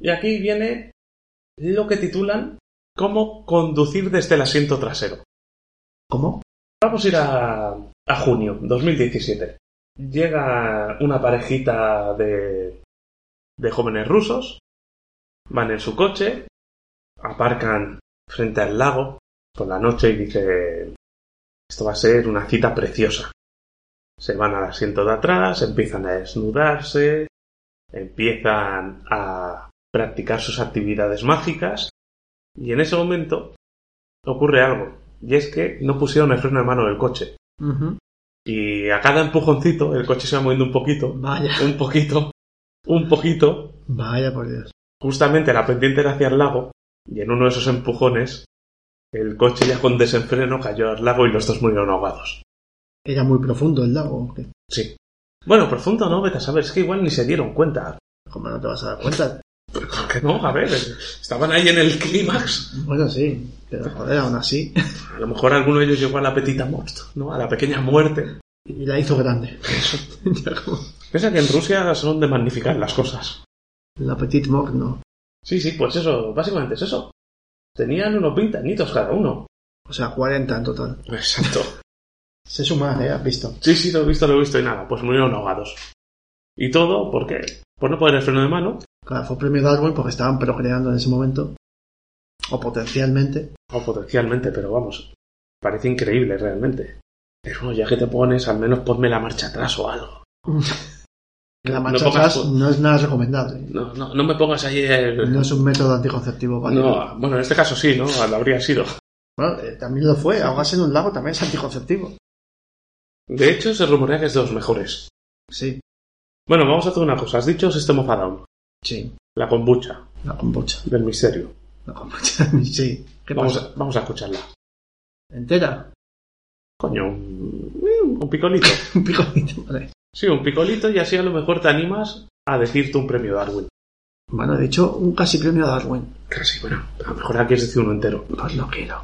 Speaker 3: Y aquí viene lo que titulan Cómo conducir desde el asiento trasero.
Speaker 4: ¿Cómo?
Speaker 3: Vamos a ir a, a junio 2017. Llega una parejita de, de jóvenes rusos, van en su coche, aparcan frente al lago por la noche y dice, esto va a ser una cita preciosa. Se van al asiento de atrás, empiezan a desnudarse, empiezan a practicar sus actividades mágicas y en ese momento ocurre algo, y es que no pusieron el freno de mano del coche.
Speaker 4: Ujú.
Speaker 3: Y a cada empujoncito, el coche se va moviendo un poquito,
Speaker 4: Vaya,
Speaker 3: un poquito, un poquito.
Speaker 4: vaya por Dios.
Speaker 3: Justamente la pendiente era hacia el lago, y en uno de esos empujones, el coche ya con desenfreno cayó al lago y los dos murieron ahogados.
Speaker 4: Era muy profundo el lago. que-
Speaker 3: Sí. Bueno, profundo no, vete a saber, es que igual ni se dieron cuenta.
Speaker 4: Como no te vas a dar cuenta.
Speaker 3: ¿Por qué no? A ver, estaban ahí en el clímax.
Speaker 4: Bueno, sí, pero joder, aún así.
Speaker 3: A lo mejor alguno de ellos llegó a la petita muerte, ¿no? A la pequeña muerte.
Speaker 4: Y la hizo grande. Ya como-
Speaker 3: Piensa que en Rusia son de magnificar las cosas.
Speaker 4: la Petit Mort, no.
Speaker 3: Sí, sí, pues eso, básicamente es eso. Tenían unos vintanitos cada uno.
Speaker 4: O sea, 40 en total.
Speaker 3: Exacto.
Speaker 4: Se suma, ¿eh? Has visto.
Speaker 3: Sí, sí, lo he visto, lo he visto y nada, pues murieron ahogados. ¿Y todo por qué? Por no poner el freno de mano,
Speaker 4: Claro, fue premio Darwin porque estaban procreando en ese momento. O potencialmente.
Speaker 3: o potencialmente, pero vamos, parece increíble realmente. Pero ya que te pones, al menos ponme la marcha atrás o algo.
Speaker 4: Que La
Speaker 3: No
Speaker 4: marcha
Speaker 3: pongas
Speaker 4: atrás
Speaker 3: fu-
Speaker 4: no es nada recomendable.
Speaker 3: No, no, no me pongas ahí el...
Speaker 4: No es un método anticonceptivo. válido.
Speaker 3: No, bueno, en este caso sí, ¿no? Lo habría sido.
Speaker 4: Bueno, eh, también lo fue. Ahogarse en un lago también es anticonceptivo.
Speaker 3: De hecho, se rumorea que es de los mejores.
Speaker 4: Sí,
Speaker 3: Bueno, vamos a hacer una cosa. Has dicho System of a Down,
Speaker 4: sí.
Speaker 3: la kombucha
Speaker 4: La kombucha.
Speaker 3: del misterio.
Speaker 4: La kombucha, sí. ¿Qué
Speaker 3: Eh, Vamos
Speaker 4: pasa?
Speaker 3: a- vamos a escucharla.
Speaker 4: ¿Entera?
Speaker 3: Coño, un, un picolito.
Speaker 4: Un picolito, vale.
Speaker 3: Sí, un picolito y así a lo mejor te animas a decirte un premio Darwin.
Speaker 4: Bueno, de hecho, un casi premio Darwin.
Speaker 3: Casi, bueno, a lo mejor aquí es decir uno entero.
Speaker 4: Pues lo quiero.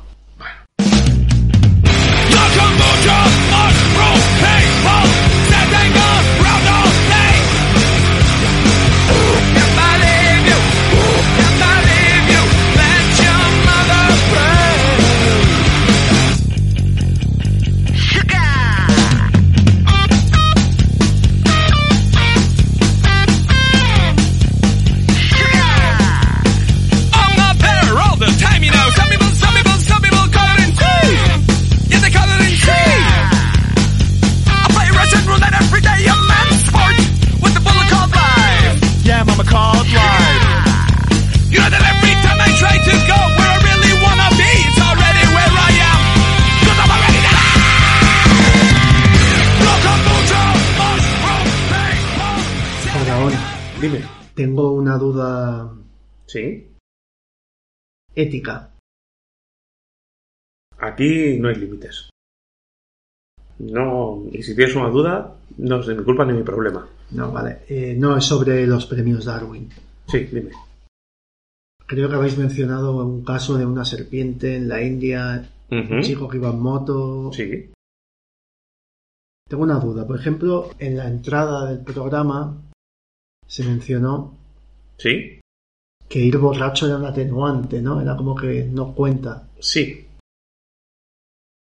Speaker 7: I'm not better all the time, you know. Some people, some people, some people call it insane. Yeah, they call it insane. I play Russian roulette every day, a man's sport with the bullet called life. Yeah, mama called life. You know that every time I try to go where I really wanna be, it's already where I am. Cause I'm already there. Rock and roll, mushroom, paintball.
Speaker 4: Por ahora,
Speaker 3: Dime.
Speaker 4: tengo una duda
Speaker 3: Sí.
Speaker 4: ética.
Speaker 3: Aquí no hay límites. No, y si tienes una duda, no es de mi culpa ni mi problema.
Speaker 4: No, vale. Eh, no es sobre los premios Darwin.
Speaker 3: Sí, dime.
Speaker 4: Creo que habéis mencionado un caso de una serpiente en la India, un chico que iba en moto.
Speaker 3: ¿Mm? Sí.
Speaker 4: Tengo una duda. Por ejemplo, en la entrada del programa se mencionó
Speaker 3: Sí.
Speaker 4: que ir borracho era un atenuante, ¿no? Era como que no cuenta.
Speaker 3: Sí.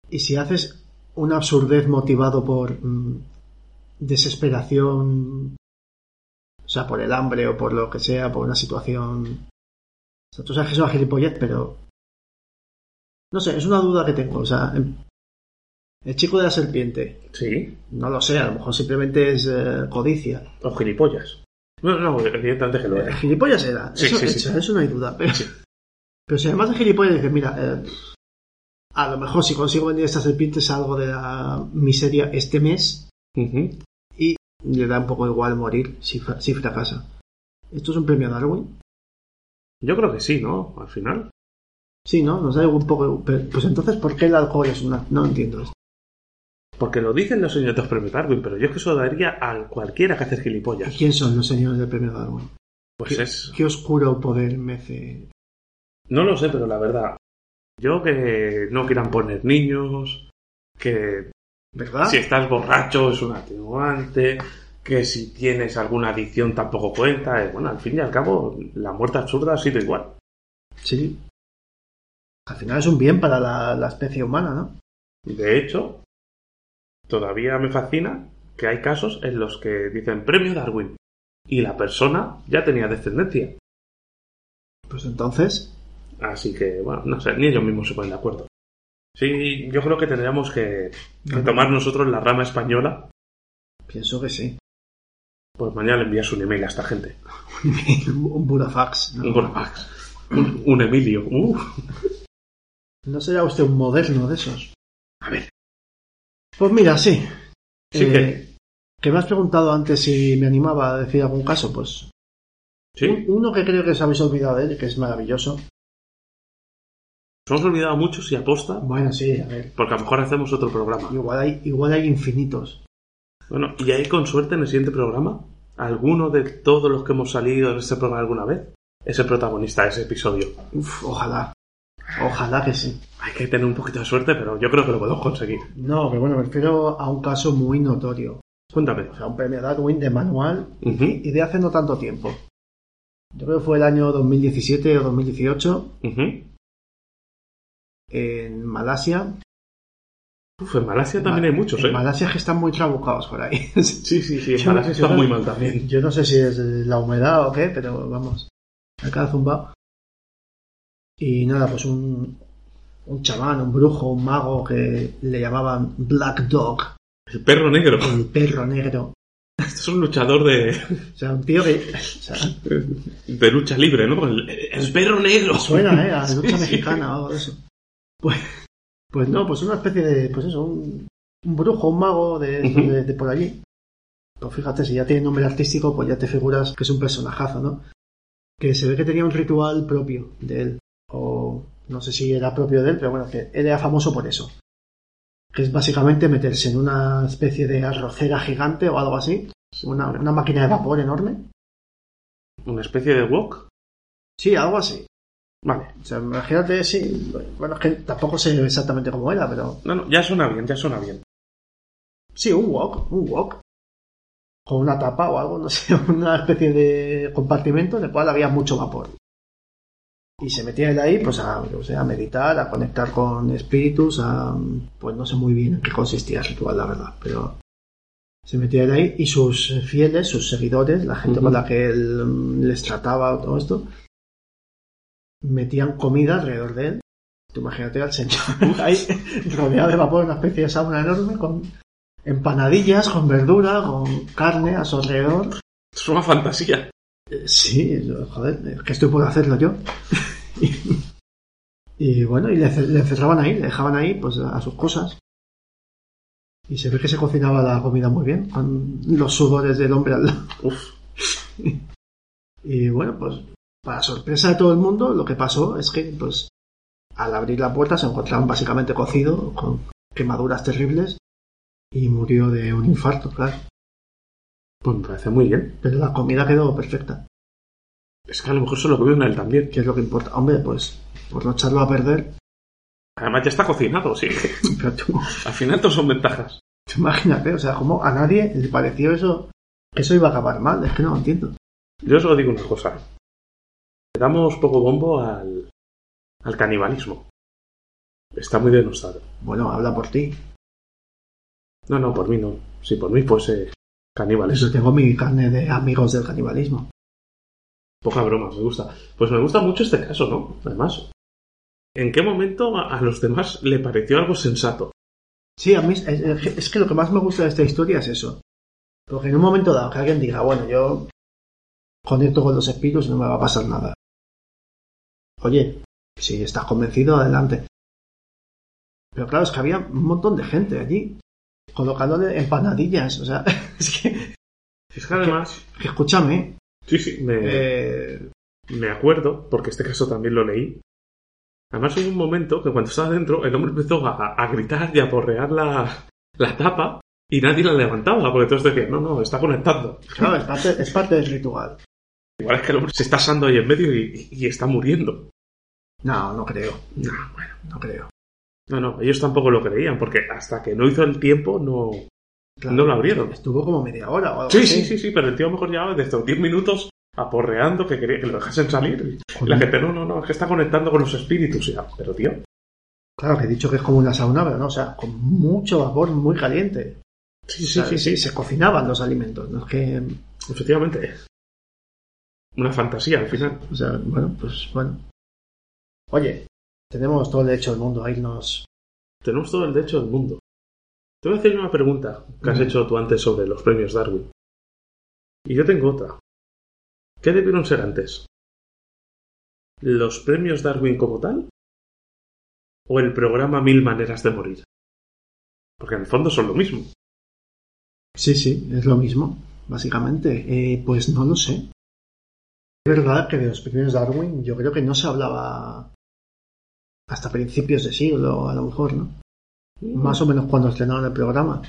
Speaker 4: Y si haces una absurdez motivado por mm, desesperación, o sea, por el hambre o por lo que sea, por una situación... O sea, tú sabes que es una gilipollez, pero... No sé, es una duda que tengo. O sea, em, el chico de la serpiente,
Speaker 3: Sí.
Speaker 4: no lo sé, a lo mejor simplemente es eh, codicia.
Speaker 3: O gilipollas. No, no, evidentemente que lo
Speaker 4: El
Speaker 3: era.
Speaker 4: gilipollas era,
Speaker 3: Sí,
Speaker 4: eso,
Speaker 3: sí, sí.
Speaker 4: eso- eso no hay duda. Pero, pero si además de gilipollas dices, mira, eh, a lo mejor si consigo vender estas serpientes algo de la miseria este mes,
Speaker 3: Ujú.
Speaker 4: le da un poco igual morir si, fra- si fracasa. ¿Esto es un premio Darwin?
Speaker 3: Yo creo que sí, ¿no? Al final.
Speaker 4: Sí, ¿no? Nos da un poco... pero- Pues entonces, ¿por qué el alcohol es una...? No entiendo esto.
Speaker 3: Porque lo dicen los señores del premio Darwin, pero yo es que eso daría a cualquiera que hace
Speaker 4: ¿Y
Speaker 3: gilipollas.
Speaker 4: quién son los señores del premio Darwin?
Speaker 3: Pues es.
Speaker 4: ¿Qué oscuro poder mece?
Speaker 3: No lo sé, pero la verdad. Yo que no quieran poner niños, que
Speaker 4: ¿Verdad?
Speaker 3: si estás borracho es un atenuante, que si tienes alguna adicción tampoco cuenta. eh, bueno, al fin y al cabo, la muerte absurda ha sido igual.
Speaker 4: Sí. Al final es un bien para la, la especie humana, ¿no?
Speaker 3: Y De hecho, todavía me fascina que hay casos en los que dicen premio Darwin y la persona ya tenía descendencia.
Speaker 4: Pues entonces...
Speaker 3: Así que, bueno, no sé, ni ellos mismos se ponen de acuerdo. Sí, yo creo que tendríamos que tomar nosotros la rama española.
Speaker 4: Pienso que sí.
Speaker 3: Pues mañana le envías un email a esta gente.
Speaker 4: un burafax. ¿no?
Speaker 3: Un Gorafax. Un, un Emilio. Uh,
Speaker 4: ¿No será usted un moderno de esos?
Speaker 3: A ver.
Speaker 4: Pues mira, sí.
Speaker 3: Sí
Speaker 4: Eh,
Speaker 3: que.
Speaker 4: Que me has preguntado antes si me animaba a decir algún caso, pues
Speaker 3: Sí,
Speaker 4: Uno que creo que os habéis olvidado de él, que es maravilloso.
Speaker 3: nos hemos olvidado mucho si aposta,
Speaker 4: Bueno, sí, a ver.
Speaker 3: porque a lo mejor hacemos otro programa.
Speaker 4: Igual hay, igual hay infinitos.
Speaker 3: Bueno, y ahí con suerte en el siguiente programa, alguno de todos los que hemos salido en este programa alguna vez es el protagonista de ese episodio.
Speaker 4: Uf, ojalá. Ojalá que sí.
Speaker 3: Hay que tener un poquito de suerte, pero yo creo que lo podemos conseguir.
Speaker 4: No, pero bueno, me refiero a un caso muy notorio.
Speaker 3: Cuéntame.
Speaker 4: O sea, un premio Darwin de manual
Speaker 3: Ujú,
Speaker 4: y de hace no tanto tiempo. Yo creo que fue el año 2017 o 2018
Speaker 3: ujú.
Speaker 4: en Malasia.
Speaker 3: Uf, en Malasia también hay muchos, ¿eh?
Speaker 4: En Malasia es que están muy trabucados por ahí.
Speaker 3: Sí, sí, sí, en
Speaker 4: Yo-
Speaker 3: Malasia
Speaker 4: yo
Speaker 3: está
Speaker 4: no-
Speaker 3: muy mal también.
Speaker 4: Yo no sé si es eh, la humedad o qué, pero vamos, acá zumbado. Y nada, pues un, un chamán, un brujo, un mago que le llamaban Black Dog,
Speaker 3: El perro negro.
Speaker 4: el perro negro.
Speaker 3: Este es un luchador de,
Speaker 4: O sea, un tío que o sea,
Speaker 3: de lucha libre, ¿no? El, el perro negro.
Speaker 4: suena, ¿eh? A
Speaker 3: Sí,
Speaker 4: lucha
Speaker 3: sí.
Speaker 4: mexicana o algo de eso. Pues, pues no, pues una especie de, pues eso, un, un brujo, un mago de,
Speaker 3: Ujú.
Speaker 4: de- de por allí. Pues fíjate, si ya tiene nombre artístico, pues ya te figuras que es un personajazo, ¿no? Que se ve que tenía un ritual propio de él. O no sé si era propio de él, pero bueno, que él era famoso por eso. Que es básicamente meterse en una especie de arrocera gigante o algo así. Una, una máquina de vapor enorme.
Speaker 3: Una especie de wok.
Speaker 4: Sí, algo así.
Speaker 3: Vale.
Speaker 4: O sea, imagínate, sí. Bueno, es que tampoco sé exactamente cómo era, pero.
Speaker 3: No, no, ya suena bien, ya suena bien.
Speaker 4: Sí, un wok, un wok. Con una tapa o algo, no sé, una especie de compartimento en el cual había mucho vapor. Y se metía él ahí, pues a, yo qué sé, a meditar, a conectar con espíritus, a. Pues no sé muy bien en qué consistía el ritual, la verdad, pero. Se metía él ahí y sus fieles, sus seguidores, la gente
Speaker 3: Ujú.
Speaker 4: con la que él mm, les trataba, todo esto, metían comida alrededor de él. Tú imagínate al señor ahí rodeado de vapor, una especie de sauna enorme con empanadillas, con verdura, con carne a su alrededor.
Speaker 3: Es una fantasía.
Speaker 4: Eh, Sí, yo, joder, es que estoy por hacerlo yo. y, y bueno, y le, ce- le encerraban ahí, le dejaban ahí pues a sus cosas. Y se ve que se cocinaba la comida muy bien, con los sudores del hombre al lado.
Speaker 3: Uf.
Speaker 4: Y bueno, pues para sorpresa de todo el mundo, lo que pasó es que pues al abrir la puerta se encontraron básicamente cocido, con quemaduras terribles, y murió de un infarto, claro.
Speaker 3: Pues me parece muy bien.
Speaker 4: Pero la comida quedó perfecta.
Speaker 3: Es que a lo mejor solo comió una él también.
Speaker 4: ¿Qué es lo que importa? Hombre, pues por no echarlo a perder,
Speaker 3: Además ya está cocinado, sí.
Speaker 4: pero tú,
Speaker 3: Al final todo son ventajas.
Speaker 4: tú imagínate, o sea, como a nadie le pareció eso, que eso iba a acabar mal, es que no lo entiendo.
Speaker 3: Yo solo digo una cosa. Le damos poco bombo al, al canibalismo. Está muy denostado.
Speaker 4: Bueno, habla por ti.
Speaker 3: No, no, por mí no. Si por mí fuese caníbales.
Speaker 4: Yo tengo mi carne de amigos del canibalismo.
Speaker 3: Poca broma, me gusta. Pues me gusta mucho este caso, ¿no? Además, ¿en qué momento a, a los demás le pareció algo sensato?
Speaker 4: Sí, a mí es, es- es que lo que más me gusta de esta historia es eso. Porque en un momento dado que alguien diga, bueno, yo conecto con los espíritus y no me va a pasar nada. Oye, si estás convencido, adelante. Pero claro, es que había un montón de gente allí colocándole empanadillas. O sea, es que,
Speaker 3: Es que además,
Speaker 4: que escúchame,
Speaker 3: sí, sí, me,
Speaker 4: eh,
Speaker 3: me acuerdo, porque este caso también lo leí. Además hubo un momento que cuando estaba dentro, el hombre empezó a, a gritar y a porrear la, la tapa y nadie la levantaba, porque todos decían, no, no, está conectando.
Speaker 4: claro, es parte, es parte del ritual.
Speaker 3: Igual es que el hombre se está asando ahí en medio y, y- y está muriendo.
Speaker 4: No, no creo,
Speaker 3: No, bueno.
Speaker 4: no creo.
Speaker 3: No, no, ellos tampoco lo creían, porque hasta que no hizo el tiempo no,
Speaker 4: Claro.
Speaker 3: no lo abrieron.
Speaker 4: Estuvo como media hora o algo
Speaker 3: Sí,
Speaker 4: así.
Speaker 3: sí, sí, sí, pero el tío a lo mejor llevaba desde los 10 minutos aporreando que quería que lo dejasen salir. Y La gente, no, no, no, es que está conectando con los espíritus ya. Pero tío,
Speaker 4: Claro, que he dicho que es como una sauna, pero no, o sea, con mucho vapor muy caliente.
Speaker 3: sí,
Speaker 4: O sea, Se cocinaban los alimentos, no es que.
Speaker 3: Efectivamente. Una fantasía al final.
Speaker 4: O sea, bueno, pues bueno. Oye, tenemos todo el derecho del mundo a irnos.
Speaker 3: Tenemos todo el derecho del mundo. Te voy a hacer una pregunta que has
Speaker 4: Mm.
Speaker 3: hecho tú antes sobre los premios Darwin. Y yo tengo otra. ¿Qué debieron ser antes? ¿Los premios Darwin como tal? ¿O el programa Mil Maneras de Morir? Porque en el fondo son lo mismo.
Speaker 4: Sí, sí, es lo mismo, básicamente. Eh, pues no lo sé. Es verdad que de los primeros Darwin, yo creo que no se hablaba hasta principios de siglo, a lo mejor, ¿no? Más o menos cuando estrenaron el programa.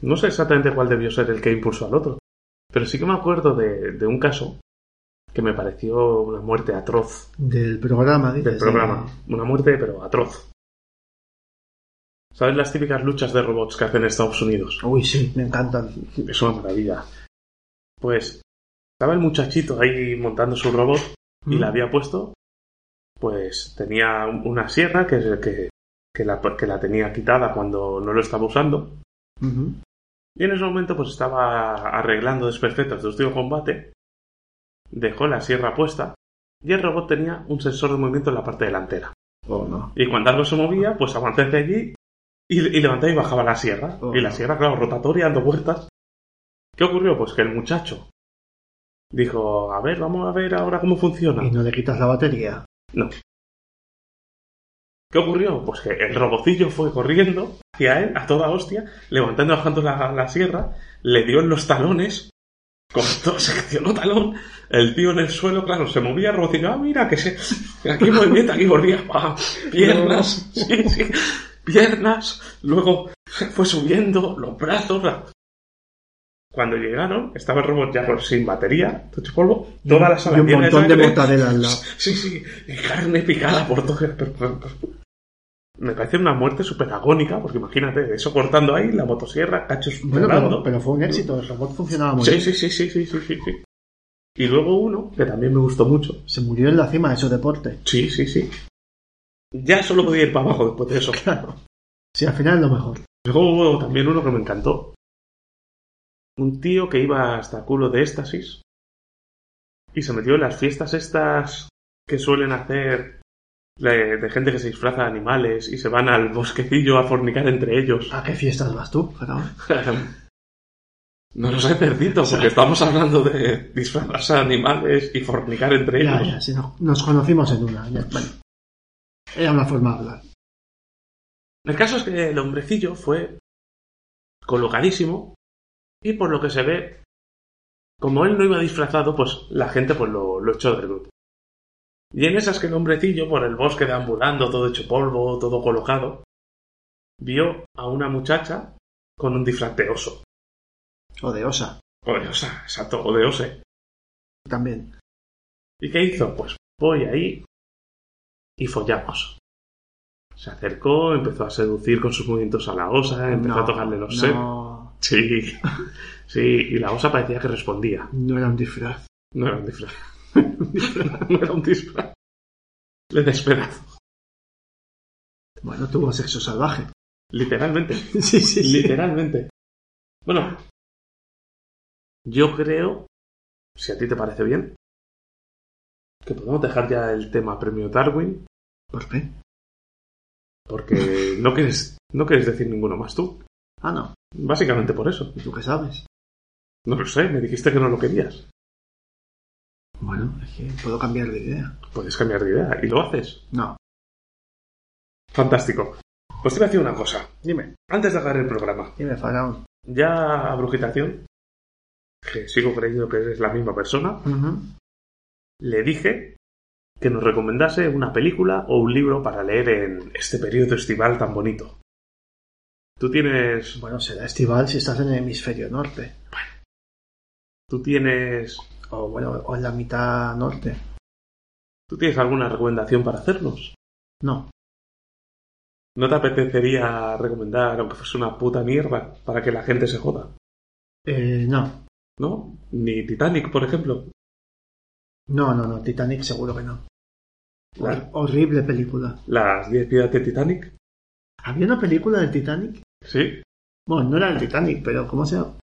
Speaker 3: No sé exactamente cuál debió ser el que impulsó al otro, pero sí que me acuerdo de, de un caso que me pareció una muerte atroz
Speaker 4: Del programa, dices.
Speaker 3: del programa. Una muerte, pero atroz. ¿Sabes las típicas luchas de robots que hacen en Estados Unidos?
Speaker 4: Uy, sí, me encantan.
Speaker 3: Es una maravilla. Pues estaba el muchachito ahí montando su robot y
Speaker 4: Mm.
Speaker 3: la había puesto, pues tenía un- una sierra que, que- que la, que la tenía quitada cuando no lo estaba usando.
Speaker 4: Ujú.
Speaker 3: Y en ese momento pues estaba arreglando desperfectos de último combate, dejó la sierra puesta y el robot tenía un sensor de movimiento en la parte delantera.
Speaker 4: O no.
Speaker 3: Y cuando algo se movía, pues avanzaba hacia allí y, y levantaba y bajaba la sierra.
Speaker 4: Oh.
Speaker 3: Y la sierra, claro, rotatoria, dando vueltas. ¿Qué ocurrió? Pues que el muchacho dijo, a ver, vamos a ver ahora cómo funciona.
Speaker 4: Y no le quitas la batería.
Speaker 3: ¿Qué ocurrió? Pues que el robocillo fue corriendo hacia él a toda hostia, levantando y bajando la, la sierra, le dio en los talones, cortó, seccionó talón, el tío en el suelo, claro, se movía el robocillo, ah, mira, que se, aquí movimiento, aquí volvía, pa, piernas, sí, sí, piernas, luego fue subiendo los brazos, la- Cuando llegaron, estaba el robot ya pues, sin batería, todo hecho polvo, toda la sala
Speaker 4: Y un
Speaker 3: llena
Speaker 4: montón de
Speaker 3: sangre.
Speaker 4: mortadela al lado.
Speaker 3: Sí, sí, y carne picada por todo. Me parece una muerte súper agónica, porque imagínate, eso cortando ahí, la motosierra, cachos
Speaker 4: Bueno, pero,
Speaker 3: volando.
Speaker 4: pero fue un éxito, el robot funcionaba muy
Speaker 3: Sí,
Speaker 4: bien.
Speaker 3: sí, sí, sí, sí, sí, sí, sí. Y luego uno, que también me gustó mucho.
Speaker 4: Se murió en la cima de su deporte.
Speaker 3: Sí, sí, sí. Ya solo podía ir para abajo después de eso.
Speaker 4: Claro. Sí, al final es lo mejor.
Speaker 3: Luego hubo también uno que me encantó. Un tío que iba hasta culo de éxtasis y se metió en las fiestas estas que suelen hacer eh, de, de gente que se disfraza de animales y se van al bosquecillo a fornicar entre ellos.
Speaker 4: ¿A qué fiestas vas tú? Claro.
Speaker 3: No los he perdido porque estamos hablando de disfrazarse de animales y fornicar entre
Speaker 4: Ya,
Speaker 3: ellos.
Speaker 4: ya, sí, no- nos conocimos en una. ya, bueno. Era una forma de hablar.
Speaker 3: El caso es que el hombrecillo fue colocadísimo y por lo que se ve, como él no iba disfrazado, pues la gente pues lo, lo echó del grupo. Y en esas que el hombrecillo por el bosque deambulando, todo hecho polvo, todo colocado, vio a una muchacha con un disfraz de oso.
Speaker 4: O de osa,
Speaker 3: O de osa, exacto, o de ose.
Speaker 4: también.
Speaker 3: ¿Y qué hizo? Pues voy ahí y follamos. Se acercó, empezó a seducir con sus movimientos a la osa, empezó
Speaker 4: No,
Speaker 3: a tocarle los
Speaker 4: no,
Speaker 3: senos. Sí, sí, y la osa parecía que respondía.
Speaker 4: No era un disfraz.
Speaker 3: No era un disfraz. no era un disfraz. Le despedazo.
Speaker 4: Bueno, tuvo sexo salvaje.
Speaker 3: Literalmente.
Speaker 4: Sí, sí, sí.
Speaker 3: Literalmente. Bueno, yo creo, si a ti te parece bien, que podemos dejar ya el tema premio Darwin,
Speaker 4: ¿Por qué?
Speaker 3: porque no quieres, no quieres decir ninguno más tú.
Speaker 4: Ah, no.
Speaker 3: Básicamente por eso.
Speaker 4: ¿Y tú qué sabes?
Speaker 3: No lo sé, me dijiste que no lo querías.
Speaker 4: Bueno, es que puedo cambiar de idea.
Speaker 3: Puedes cambiar de idea y lo haces.
Speaker 4: No.
Speaker 3: Fantástico. Pues te iba a decir una cosa. Dime, antes de acabar el programa,
Speaker 4: Dime, Faraón.
Speaker 3: ya a brujitación, que sigo creyendo que eres la misma persona,
Speaker 4: Ujú.
Speaker 3: le dije que nos recomendase una película o un libro para leer en este periodo estival tan bonito. Tú tienes.
Speaker 4: Bueno, será estival si estás en el hemisferio norte.
Speaker 3: Tú tienes.
Speaker 4: O bueno, o en la mitad norte.
Speaker 3: ¿Tú tienes alguna recomendación para hacernos?
Speaker 4: No.
Speaker 3: ¿No te apetecería recomendar, aunque fuese una puta mierda, para que la gente se joda?
Speaker 4: Eh, no.
Speaker 3: ¿No? Ni Titanic, por ejemplo.
Speaker 4: No, no, no. Titanic seguro que no.
Speaker 3: Claro.
Speaker 4: Hor- Horrible película.
Speaker 3: Las 10 vidas de Titanic.
Speaker 4: ¿Había una película del Titanic?
Speaker 3: Sí.
Speaker 4: Bueno, no era el Titanic, pero ¿cómo se llama?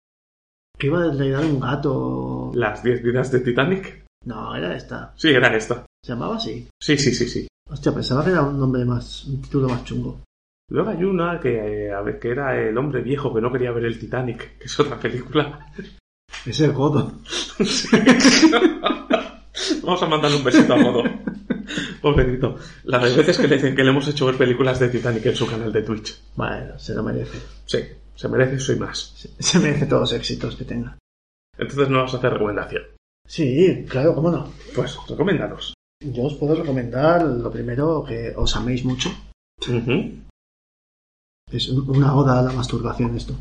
Speaker 4: Que iba a desleidar un gato.
Speaker 3: Las 10 vidas de Titanic.
Speaker 4: No, era esta.
Speaker 3: Sí, era esta.
Speaker 4: Se llamaba así.
Speaker 3: Sí, sí, sí, sí.
Speaker 4: Hostia, pensaba que era un nombre más. un título más chungo.
Speaker 3: Luego hay una que, eh, a ver, que era el hombre viejo que no quería ver el Titanic, que es otra película.
Speaker 4: Ese es Godo.
Speaker 3: Vamos a mandarle un besito a Godo. Pobrecito. Las de veces que le, que le hemos hecho ver películas de Titanic en su canal de Twitch.
Speaker 4: Bueno, se lo merece.
Speaker 3: Sí, se merece soy más.
Speaker 4: Se, se merece todos los éxitos que tenga.
Speaker 3: Entonces no vas a hacer recomendación.
Speaker 4: Sí, claro, cómo no.
Speaker 3: Pues recomiéndanos.
Speaker 4: Yo os puedo recomendar lo primero que os améis mucho.
Speaker 3: Ujú.
Speaker 4: Es un- una oda a la masturbación esto.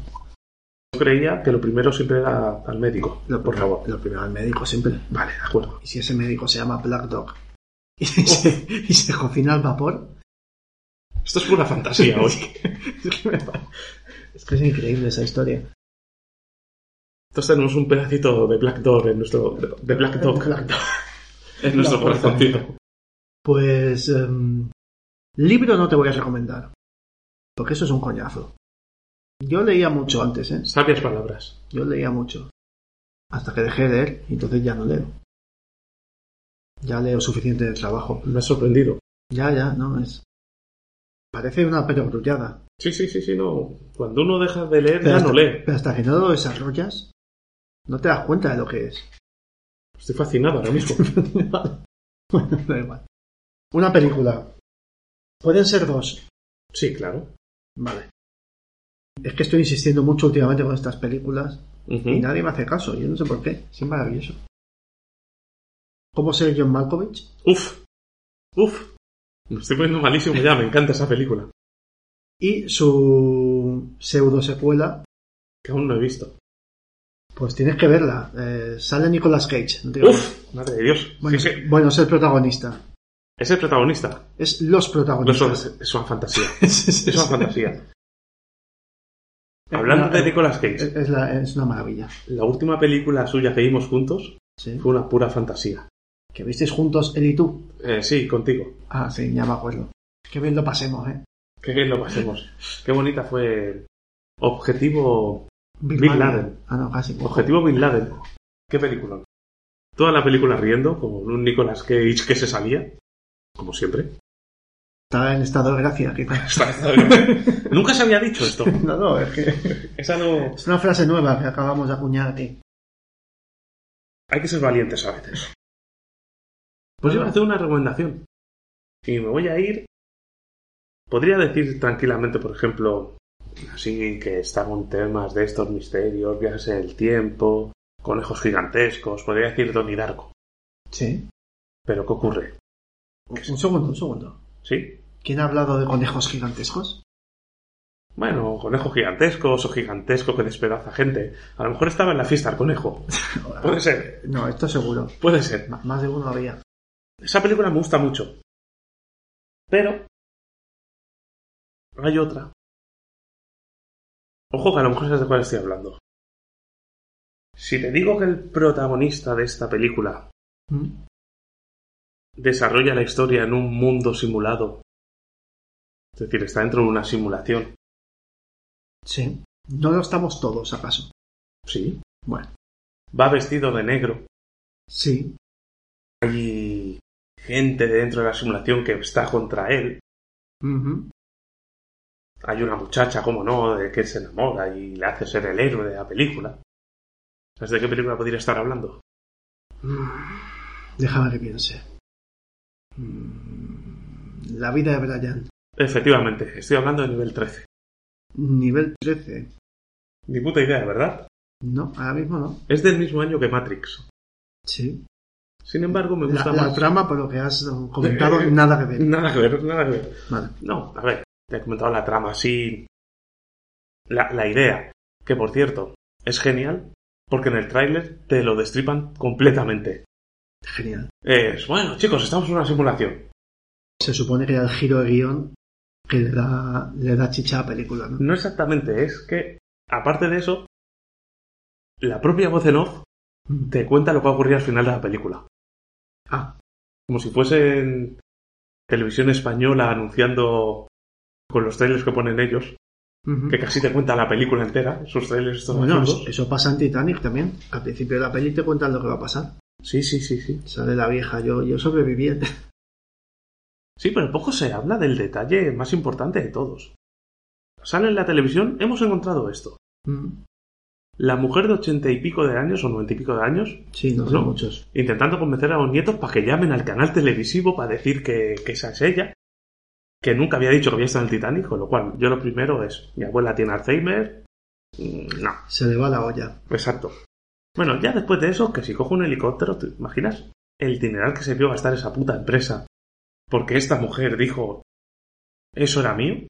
Speaker 3: Yo creía que lo primero siempre era al médico.
Speaker 4: Lo
Speaker 3: por
Speaker 4: primero-
Speaker 3: favor.
Speaker 4: Lo primero al médico siempre.
Speaker 3: Vale, de acuerdo.
Speaker 4: Y si ese médico se llama Black Dog y
Speaker 3: Oh.
Speaker 4: se, y se cocina al vapor,
Speaker 3: Esto es pura fantasía hoy.
Speaker 4: es que, me pa- es que es increíble esa historia.
Speaker 3: Entonces tenemos un pedacito de Black Dog en nuestro. de Black Dog
Speaker 4: Black Dog.
Speaker 3: en nuestro
Speaker 4: La puerta.
Speaker 3: corazoncito.
Speaker 4: Pues em, libro no te voy a recomendar, porque eso es un coñazo. Yo leía mucho antes, ¿eh?
Speaker 3: Sabias palabras.
Speaker 4: Yo leía mucho. Hasta que dejé de leer y entonces ya no leo. Ya leo suficiente de trabajo.
Speaker 3: Me ha sorprendido.
Speaker 4: Ya, ya, no es. Parece una perogrullada.
Speaker 3: Sí, sí, sí, sí, no. Cuando uno deja de leer, ya no lee.
Speaker 4: Pero hasta que no lo desarrollas, no te das cuenta de lo que es.
Speaker 3: Estoy fascinado ahora mismo.
Speaker 4: Vale. bueno, da igual. Una película. Pueden ser dos.
Speaker 3: Sí, claro.
Speaker 4: Vale. Es que estoy insistiendo mucho últimamente con estas películas
Speaker 3: Ujú.
Speaker 4: y nadie me hace caso. Yo no sé por qué. Es maravilloso. ¿Cómo ser John Malkovich?
Speaker 3: Uf, uf. Me estoy poniendo malísimo ya, me encanta esa película.
Speaker 4: Y su pseudo secuela,
Speaker 3: Que aún no he visto.
Speaker 4: pues tienes que verla. Eh, sale Nicolas Cage. no te digo más.
Speaker 3: Uf, madre de Dios.
Speaker 4: Bueno,
Speaker 3: Sí, sí.
Speaker 4: bueno, es el protagonista.
Speaker 3: Es el protagonista.
Speaker 4: Es los
Speaker 3: No, eso
Speaker 4: protagonistas.
Speaker 3: es, es una fantasía.
Speaker 4: es, es-
Speaker 3: Es una
Speaker 4: es-
Speaker 3: fantasía.
Speaker 4: es
Speaker 3: Hablando
Speaker 4: una-
Speaker 3: de Nicolas
Speaker 4: es,
Speaker 3: Cage,
Speaker 4: es la- es una maravilla.
Speaker 3: la última película suya que vimos juntos
Speaker 4: Sí.
Speaker 3: fue una pura fantasía.
Speaker 4: Que visteis juntos él y tú.
Speaker 3: Eh, sí, contigo.
Speaker 4: Ah, sí, ya me acuerdo. Qué bien lo pasemos, ¿eh?
Speaker 3: Qué bien lo pasemos. Qué bonita fue. Objetivo. Bin Laden.
Speaker 4: Ah, no, casi.
Speaker 3: Objetivo Bin Laden. Qué película. Toda la película riendo, como un Nicolas Cage que se salía. Como siempre.
Speaker 4: Estaba en estado de gracia, quizás.
Speaker 3: Nunca se había dicho esto.
Speaker 4: no, no, es que...
Speaker 3: Esa no.
Speaker 4: Es una frase nueva que acabamos de acuñar aquí.
Speaker 3: Hay que ser valientes a veces. Pues yo voy a hacer una recomendación. Y me voy a ir. Podría decir tranquilamente, por ejemplo, así que está con temas de estos misterios, viajes en el tiempo, conejos gigantescos. Podría decir Donnie Darko.
Speaker 4: Sí.
Speaker 3: Pero ¿qué ocurre?
Speaker 4: Un un segundo, un segundo.
Speaker 3: ¿Sí?
Speaker 4: ¿Quién ha hablado de conejos gigantescos?
Speaker 3: Bueno, conejos gigantescos o gigantesco que despedaza gente. A Pues lo mejor estaba en la fiesta el conejo. Puede ser,
Speaker 4: No, esto seguro.
Speaker 3: puede ser.
Speaker 4: M- más de uno había.
Speaker 3: Esa película me gusta mucho. Pero. Hay otra. Ojo que a lo mejor sabes de cuál estoy hablando. Si te digo que el protagonista de esta película
Speaker 4: Mm.
Speaker 3: desarrolla la historia en un mundo simulado, es decir, está dentro de una simulación,
Speaker 4: Sí. No lo estamos todos, acaso.
Speaker 3: sí,
Speaker 4: Bueno.
Speaker 3: va vestido de negro,
Speaker 4: Sí.
Speaker 3: hay gente dentro de la simulación que está contra él,
Speaker 4: Ujú.
Speaker 3: hay una muchacha, como no, de que se enamora y le hace ser el héroe de la película. ¿Sabes de qué película podría estar hablando?
Speaker 4: Déjame que piense. Mm, La vida de Brian.
Speaker 3: Efectivamente, estoy hablando de nivel 13.
Speaker 4: Nivel 13.
Speaker 3: Ni puta idea, ¿verdad?
Speaker 4: No, ahora mismo no.
Speaker 3: Es del mismo año que Matrix.
Speaker 4: Sí.
Speaker 3: Sin embargo, me
Speaker 4: La,
Speaker 3: gusta
Speaker 4: la
Speaker 3: más.
Speaker 4: trama, por lo que has comentado, nada que ver.
Speaker 3: Nada que ver, nada que ver.
Speaker 4: Vale.
Speaker 3: No, a ver, te he comentado la trama, sí. La, la idea, que por cierto, es genial, porque en el tráiler te lo destripan completamente.
Speaker 4: Genial.
Speaker 3: Es, bueno, chicos, estamos en una simulación.
Speaker 4: Se supone que era el giro de guión que le da, le da chicha a la película, ¿no?
Speaker 3: No exactamente, es que, aparte de eso, la propia voz en off te cuenta lo que va a ocurrir al final de la película.
Speaker 4: Ah,
Speaker 3: Como si fuesen televisión española anunciando con los trailers que ponen ellos,
Speaker 4: ujú.
Speaker 3: que casi te cuenta la película entera, sus trailers estos
Speaker 4: Bueno,
Speaker 3: absurdos.
Speaker 4: eso, eso pasa en Titanic también. Al principio de la peli te cuentan lo que va a pasar.
Speaker 3: Sí, sí, sí, sí.
Speaker 4: Sale la vieja, yo, yo sobreviví.
Speaker 3: Sí, pero poco se habla del detalle más importante de todos. Sale en la televisión, hemos encontrado esto.
Speaker 4: Mm,
Speaker 3: La mujer de ochenta y pico de años o noventa y pico de años,
Speaker 4: sí, no,
Speaker 3: No.
Speaker 4: son muchos.
Speaker 3: intentando convencer a los nietos para que llamen al canal televisivo para decir que, que esa es ella, que nunca había dicho que había estado en el Titanic, con lo cual yo lo primero es, mi abuela tiene Alzheimer. Mm, No,
Speaker 4: Se le va la olla.
Speaker 3: exacto. Bueno, ya después de eso, que si cojo un helicóptero, ¿te imaginas el dineral que se vio gastar esa puta empresa? Porque esta mujer dijo, ¿eso era mío?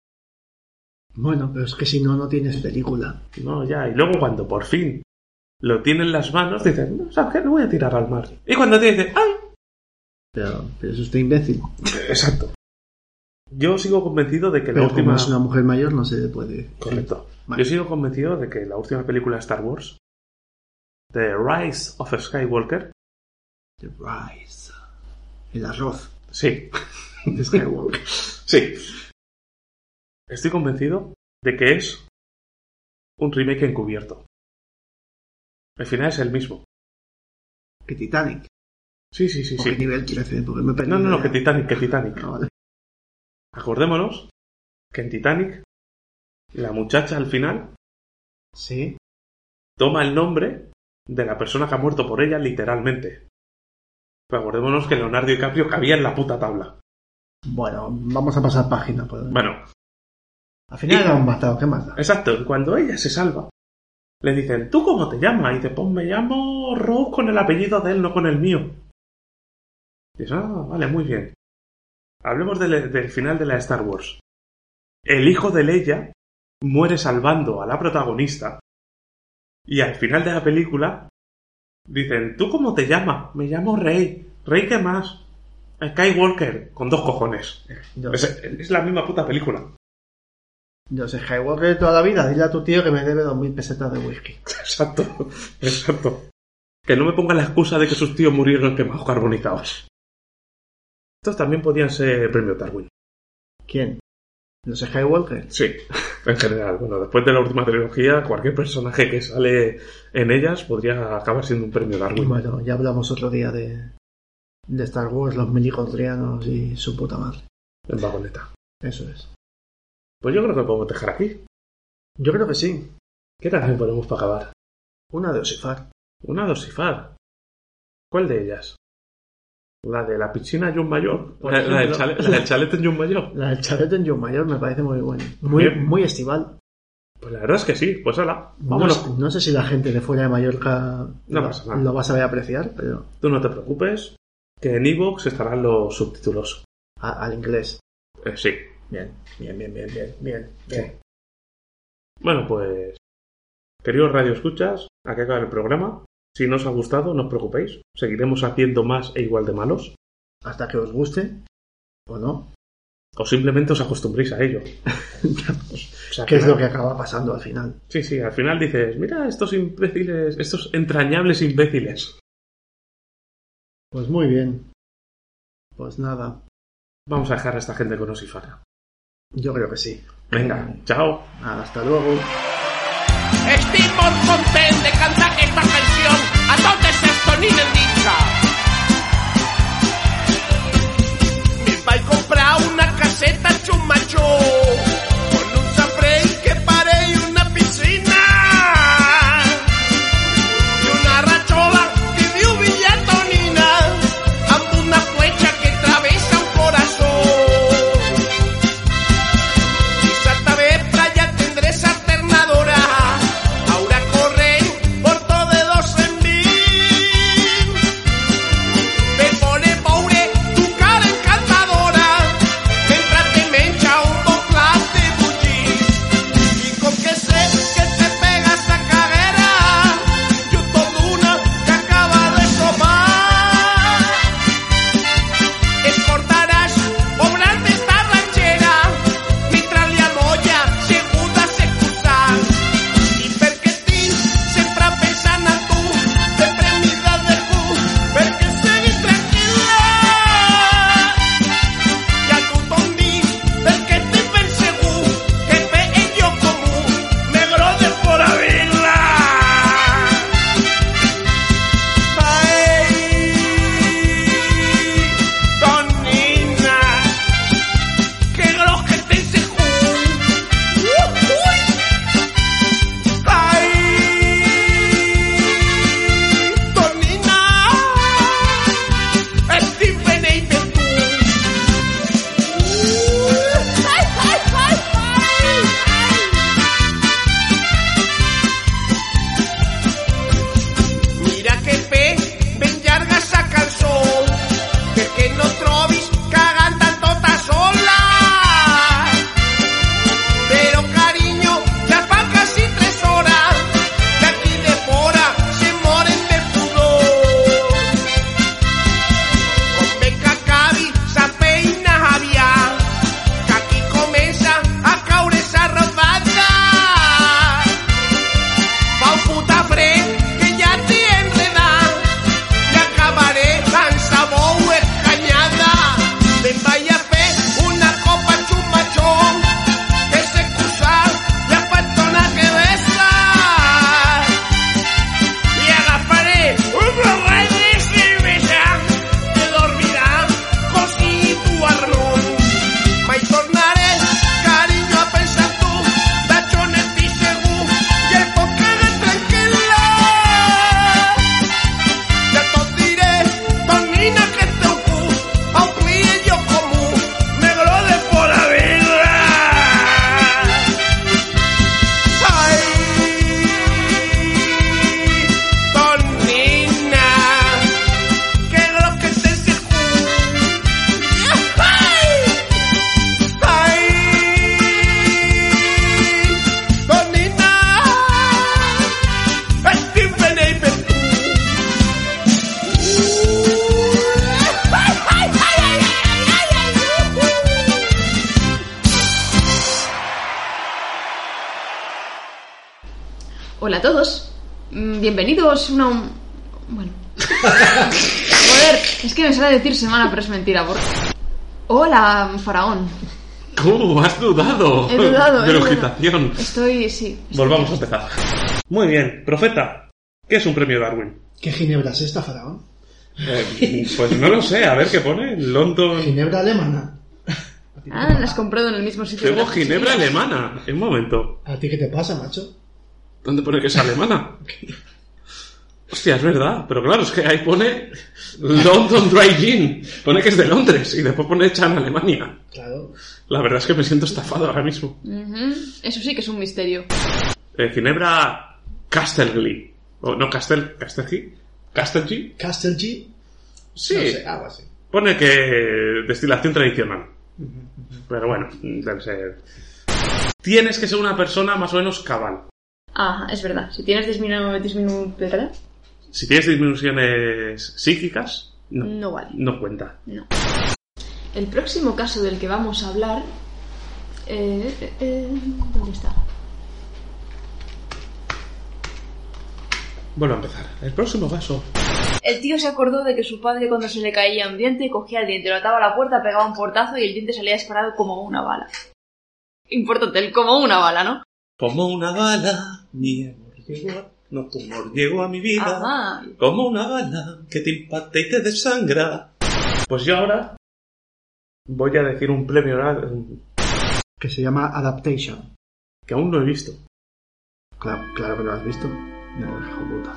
Speaker 4: Bueno, pero es que si no, no tienes película.
Speaker 3: No, ya. Y luego cuando por fin lo tiene en las manos, dice, no, ¿sabes qué? Lo voy a tirar al mar. Y cuando te dice, "Ah, ¡ay!
Speaker 4: Pero, pero es usted imbécil.
Speaker 3: Exacto. Yo sigo convencido de que la
Speaker 4: Pero como
Speaker 3: última...
Speaker 4: es una mujer mayor, no se le puede.
Speaker 3: Correcto.
Speaker 4: Vale.
Speaker 3: Yo sigo convencido de que la última película de Star Wars, The Rise of Skywalker,
Speaker 4: The Rise. El arroz.
Speaker 3: sí,
Speaker 4: de Skywalker.
Speaker 3: sí. Estoy convencido de que es un remake encubierto. El final es el mismo.
Speaker 4: que Titanic.
Speaker 3: Sí, sí, sí,
Speaker 4: O que
Speaker 3: sí.
Speaker 4: nivel 13, porque me he perdido
Speaker 3: No, no, no,
Speaker 4: ya.
Speaker 3: que Titanic, que Titanic.
Speaker 4: Ah, vale.
Speaker 3: Acordémonos que en Titanic la muchacha al final
Speaker 4: Sí.
Speaker 3: toma el nombre de la persona que ha muerto por ella literalmente. Pero acordémonos que Leonardo DiCaprio cabía en la puta tabla.
Speaker 4: Bueno, vamos a pasar página. pues.
Speaker 3: Bueno,
Speaker 4: Al final
Speaker 3: y-
Speaker 4: la han matado, ¿qué más da?
Speaker 3: exacto, cuando ella se salva, le dicen, ¿tú cómo te llamas? Y dice, pues me llamo Rose con el apellido de él, no con el mío. Y dices, ah, vale, muy bien. Hablemos del, del final de la Star Wars. El hijo de Leia muere salvando a la protagonista. Y al final de la película dicen, ¿tú cómo te llamas? Me llamo Rey. ¿Rey qué más? Skywalker, con dos cojones.
Speaker 4: Yo,
Speaker 3: Es, es la misma puta película.
Speaker 4: yo sé Skywalker de toda la vida. Dile a tu tío que me debe 2.000 pesetas de whisky.
Speaker 3: Exacto, exacto. Que no me pongan la excusa de que sus tíos murieron quemados carbonizados. Estos también podían ser premio Darwin.
Speaker 4: ¿Quién? ¿Los Skywalker?
Speaker 3: Sí, en general. Bueno, después de la última trilogía, cualquier personaje que sale en ellas podría acabar siendo un premio Darwin.
Speaker 4: Bueno, ya hablamos otro día de, de Star Wars, los milicondrianos y su puta madre.
Speaker 3: En vagoneta.
Speaker 4: Eso es.
Speaker 3: Pues yo creo que podemos dejar aquí.
Speaker 4: Yo creo que sí.
Speaker 3: ¿Qué canción ponemos para acabar?
Speaker 4: Una de Osifar.
Speaker 3: Una dosifar. ¿Cuál de ellas? ¿La de la piscina John Mayor?
Speaker 4: Por
Speaker 3: ¿La, la del
Speaker 4: ejemplo.
Speaker 3: chale- la del chalet en John Mayor?
Speaker 4: La del chalete en John Mayor me parece muy buena. Muy,
Speaker 3: Bien.
Speaker 4: muy estival.
Speaker 3: Pues la verdad es que sí. Pues hala,
Speaker 4: No,
Speaker 3: vámonos.
Speaker 4: sé- no sé si la gente de fuera de Mallorca
Speaker 3: No
Speaker 4: lo-
Speaker 3: pasa nada.
Speaker 4: lo va a saber apreciar, pero
Speaker 3: Tú no te preocupes, que en Evox estarán los subtítulos.
Speaker 4: a- al inglés.
Speaker 3: Eh, sí.
Speaker 4: Bien, bien, bien, bien, bien, bien. bien.
Speaker 3: Bueno, pues. Queridos Radio Escuchas, aquí acaba el programa. Si no os ha gustado, no os preocupéis. Seguiremos haciendo más e igual de malos.
Speaker 4: hasta que os guste o no,
Speaker 3: O simplemente os acostumbréis a ello. O sea,
Speaker 4: que es lo que acaba pasando al final.
Speaker 3: Sí, sí, al final dices, mira, estos imbéciles, estos entrañables imbéciles.
Speaker 4: Pues muy bien. Pues nada,
Speaker 3: Vamos a dejar a esta gente con Osifara.
Speaker 4: yo creo que sí.
Speaker 2: Mm.
Speaker 3: Venga, chao.
Speaker 4: Nada, hasta luego.
Speaker 8: Estoy muy contento de cantar esta canción a todos estos niños dicha. Me va a comprar una caseta chumacho con un spray que pare y una piscina. Y una rachola que dio villatonina, ambos una flecha que atraviesa un corazón. Quizá esta vez playa tendré esa alternadora. Ahora corren por todos en mí. Me pone pobre tu cara encantadora. Mientras te me echa un boclán de bullis. Y con que sé que te pega esa carrera. Yo tomo una que acaba de tomar escortarás obras de esta ranchera mientras la molla se juda se excusas i perquè tinc sempre pensant en tu sempre mida de tu perquè seguis tranquil·la y al tothom dir del que estic ben segur que ve en lloc comú negro de fora vila Ay, Donina, qué gros que te hice uy. Ay, Donina, Steven y de tú. Ay, ay, ay, ay, ay. Mira que fe, ben llarga sa cançó, perquè no trobis cagant tant tota sola. Però, carinyo, ja fa quasi tres hores que aquí de fora se moren de pudor. Com bé que acabi sa feina aviat, que aquí comença a caure sa robada. Va un puta fred que ja t'hi he enredat i acabaré amb sabou escanyada. Me'n vaig a fer una copa xumatxó que s'he excusat i a pastona que besa. I agafaré un borrall de cervesa que dormirà cosit o arrons. Mai tornaré, cariño, a pensar en tu, tachón en ti segur, i el pot cagar tranquil·la. Ja tot diré, doncs nina, que el teu cul ompli el lloc comú, negro de fora vila. Ai, doncs nina, que gros que tens el cul. Ai! Ay, Donina, estoy feliz. Ay, ay, ay, ay, ay, ay, ay.
Speaker 2: Hola a todos. Mm, Bienvenidos una... un- Bueno. Joder, es que me sale decir semana, pero es mentira. por- Hola, faraón.
Speaker 3: ¡Uh! ¡Has dudado!
Speaker 2: He dudado.
Speaker 3: De
Speaker 2: he
Speaker 3: la
Speaker 2: dudado.
Speaker 3: agitación.
Speaker 2: Estoy, sí. estoy-
Speaker 3: Volvamos a empezar. Muy bien, profeta. ¿Qué es un premio Darwin?
Speaker 4: ¿Qué ginebra es esta, Faraón?
Speaker 3: Eh, pues no lo sé, a ver qué pone. London.
Speaker 4: Ginebra alemana.
Speaker 2: Ah, las has comprado en el mismo sitio.
Speaker 3: Tengo
Speaker 2: ¿verdad?
Speaker 3: Ginebra alemana. Un momento.
Speaker 4: ¿A ti qué te pasa, macho?
Speaker 3: ¿Dónde pone que es alemana? Hostia, es verdad. Pero claro, es que ahí pone London Dry Gin. Pone que es de Londres y después pone hecha en Alemania.
Speaker 4: Claro.
Speaker 3: La verdad es que me siento estafado ahora mismo.
Speaker 2: Ujú, Eso sí que es un misterio.
Speaker 3: Eh, Ginebra Castelli. O, no, Castel... Castelli. Castelli.
Speaker 4: Castle G.
Speaker 3: Sí.
Speaker 4: No sé, algo así.
Speaker 3: Pone que destilación tradicional. Pero bueno, debe ser. Tienes que ser una persona más o menos cabal.
Speaker 2: Ah, es verdad. Si tienes disminu... disminu... ¿verdad?
Speaker 3: Si tienes disminuciones psíquicas, No.
Speaker 2: No vale.
Speaker 3: No cuenta.
Speaker 2: No. El próximo caso del que vamos a hablar. eh, eh, eh, ¿Dónde está?
Speaker 3: Bueno, a empezar. El próximo caso.
Speaker 2: El tío se acordó de que su padre cuando se le caía un diente cogía el diente, lo ataba a la puerta, pegaba un portazo y el diente salía disparado como una bala. Importante, el como una bala, ¿no?
Speaker 3: Como una bala, mi amor llegó a... No, tu amor llegó a mi vida.
Speaker 2: Ah,
Speaker 3: Como una bala que te impacta y te desangra. Pues yo ahora voy a decir un premio oral
Speaker 4: que se llama Adaptation.
Speaker 3: que aún no he visto.
Speaker 4: Claro, claro que lo has visto. No, hijo puta.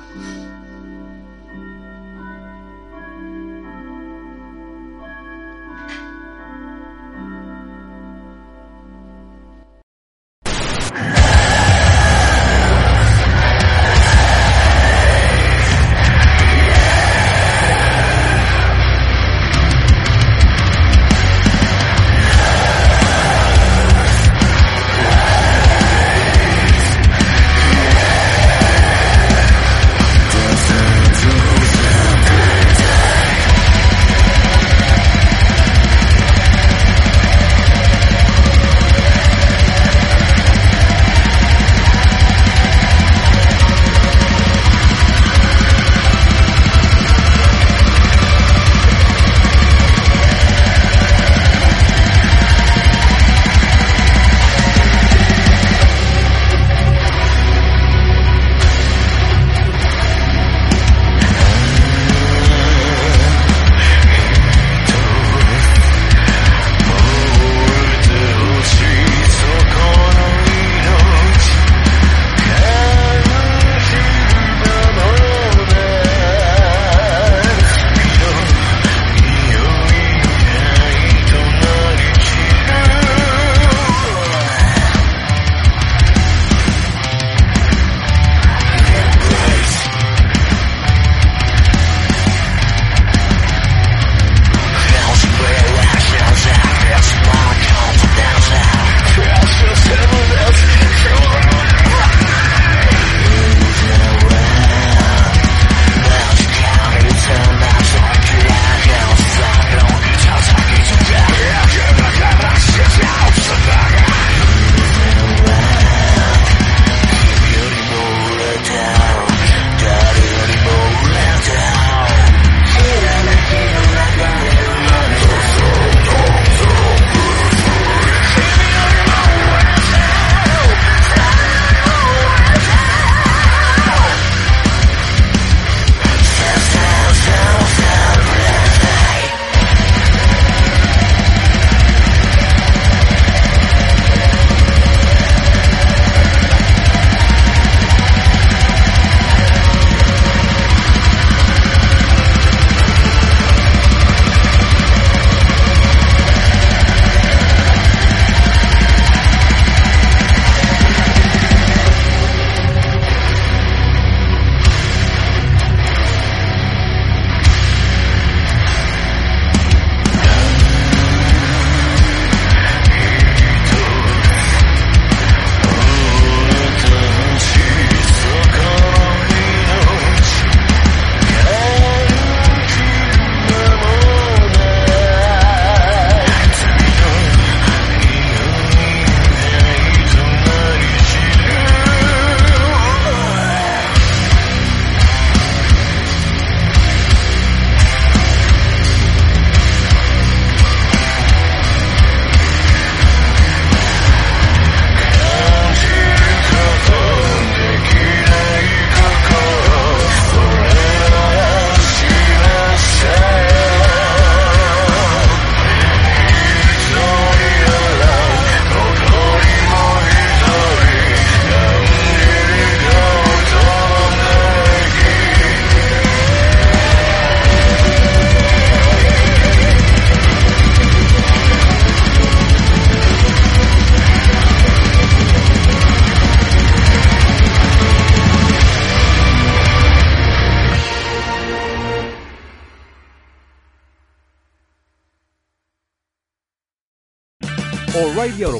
Speaker 8: O'Reilly Auto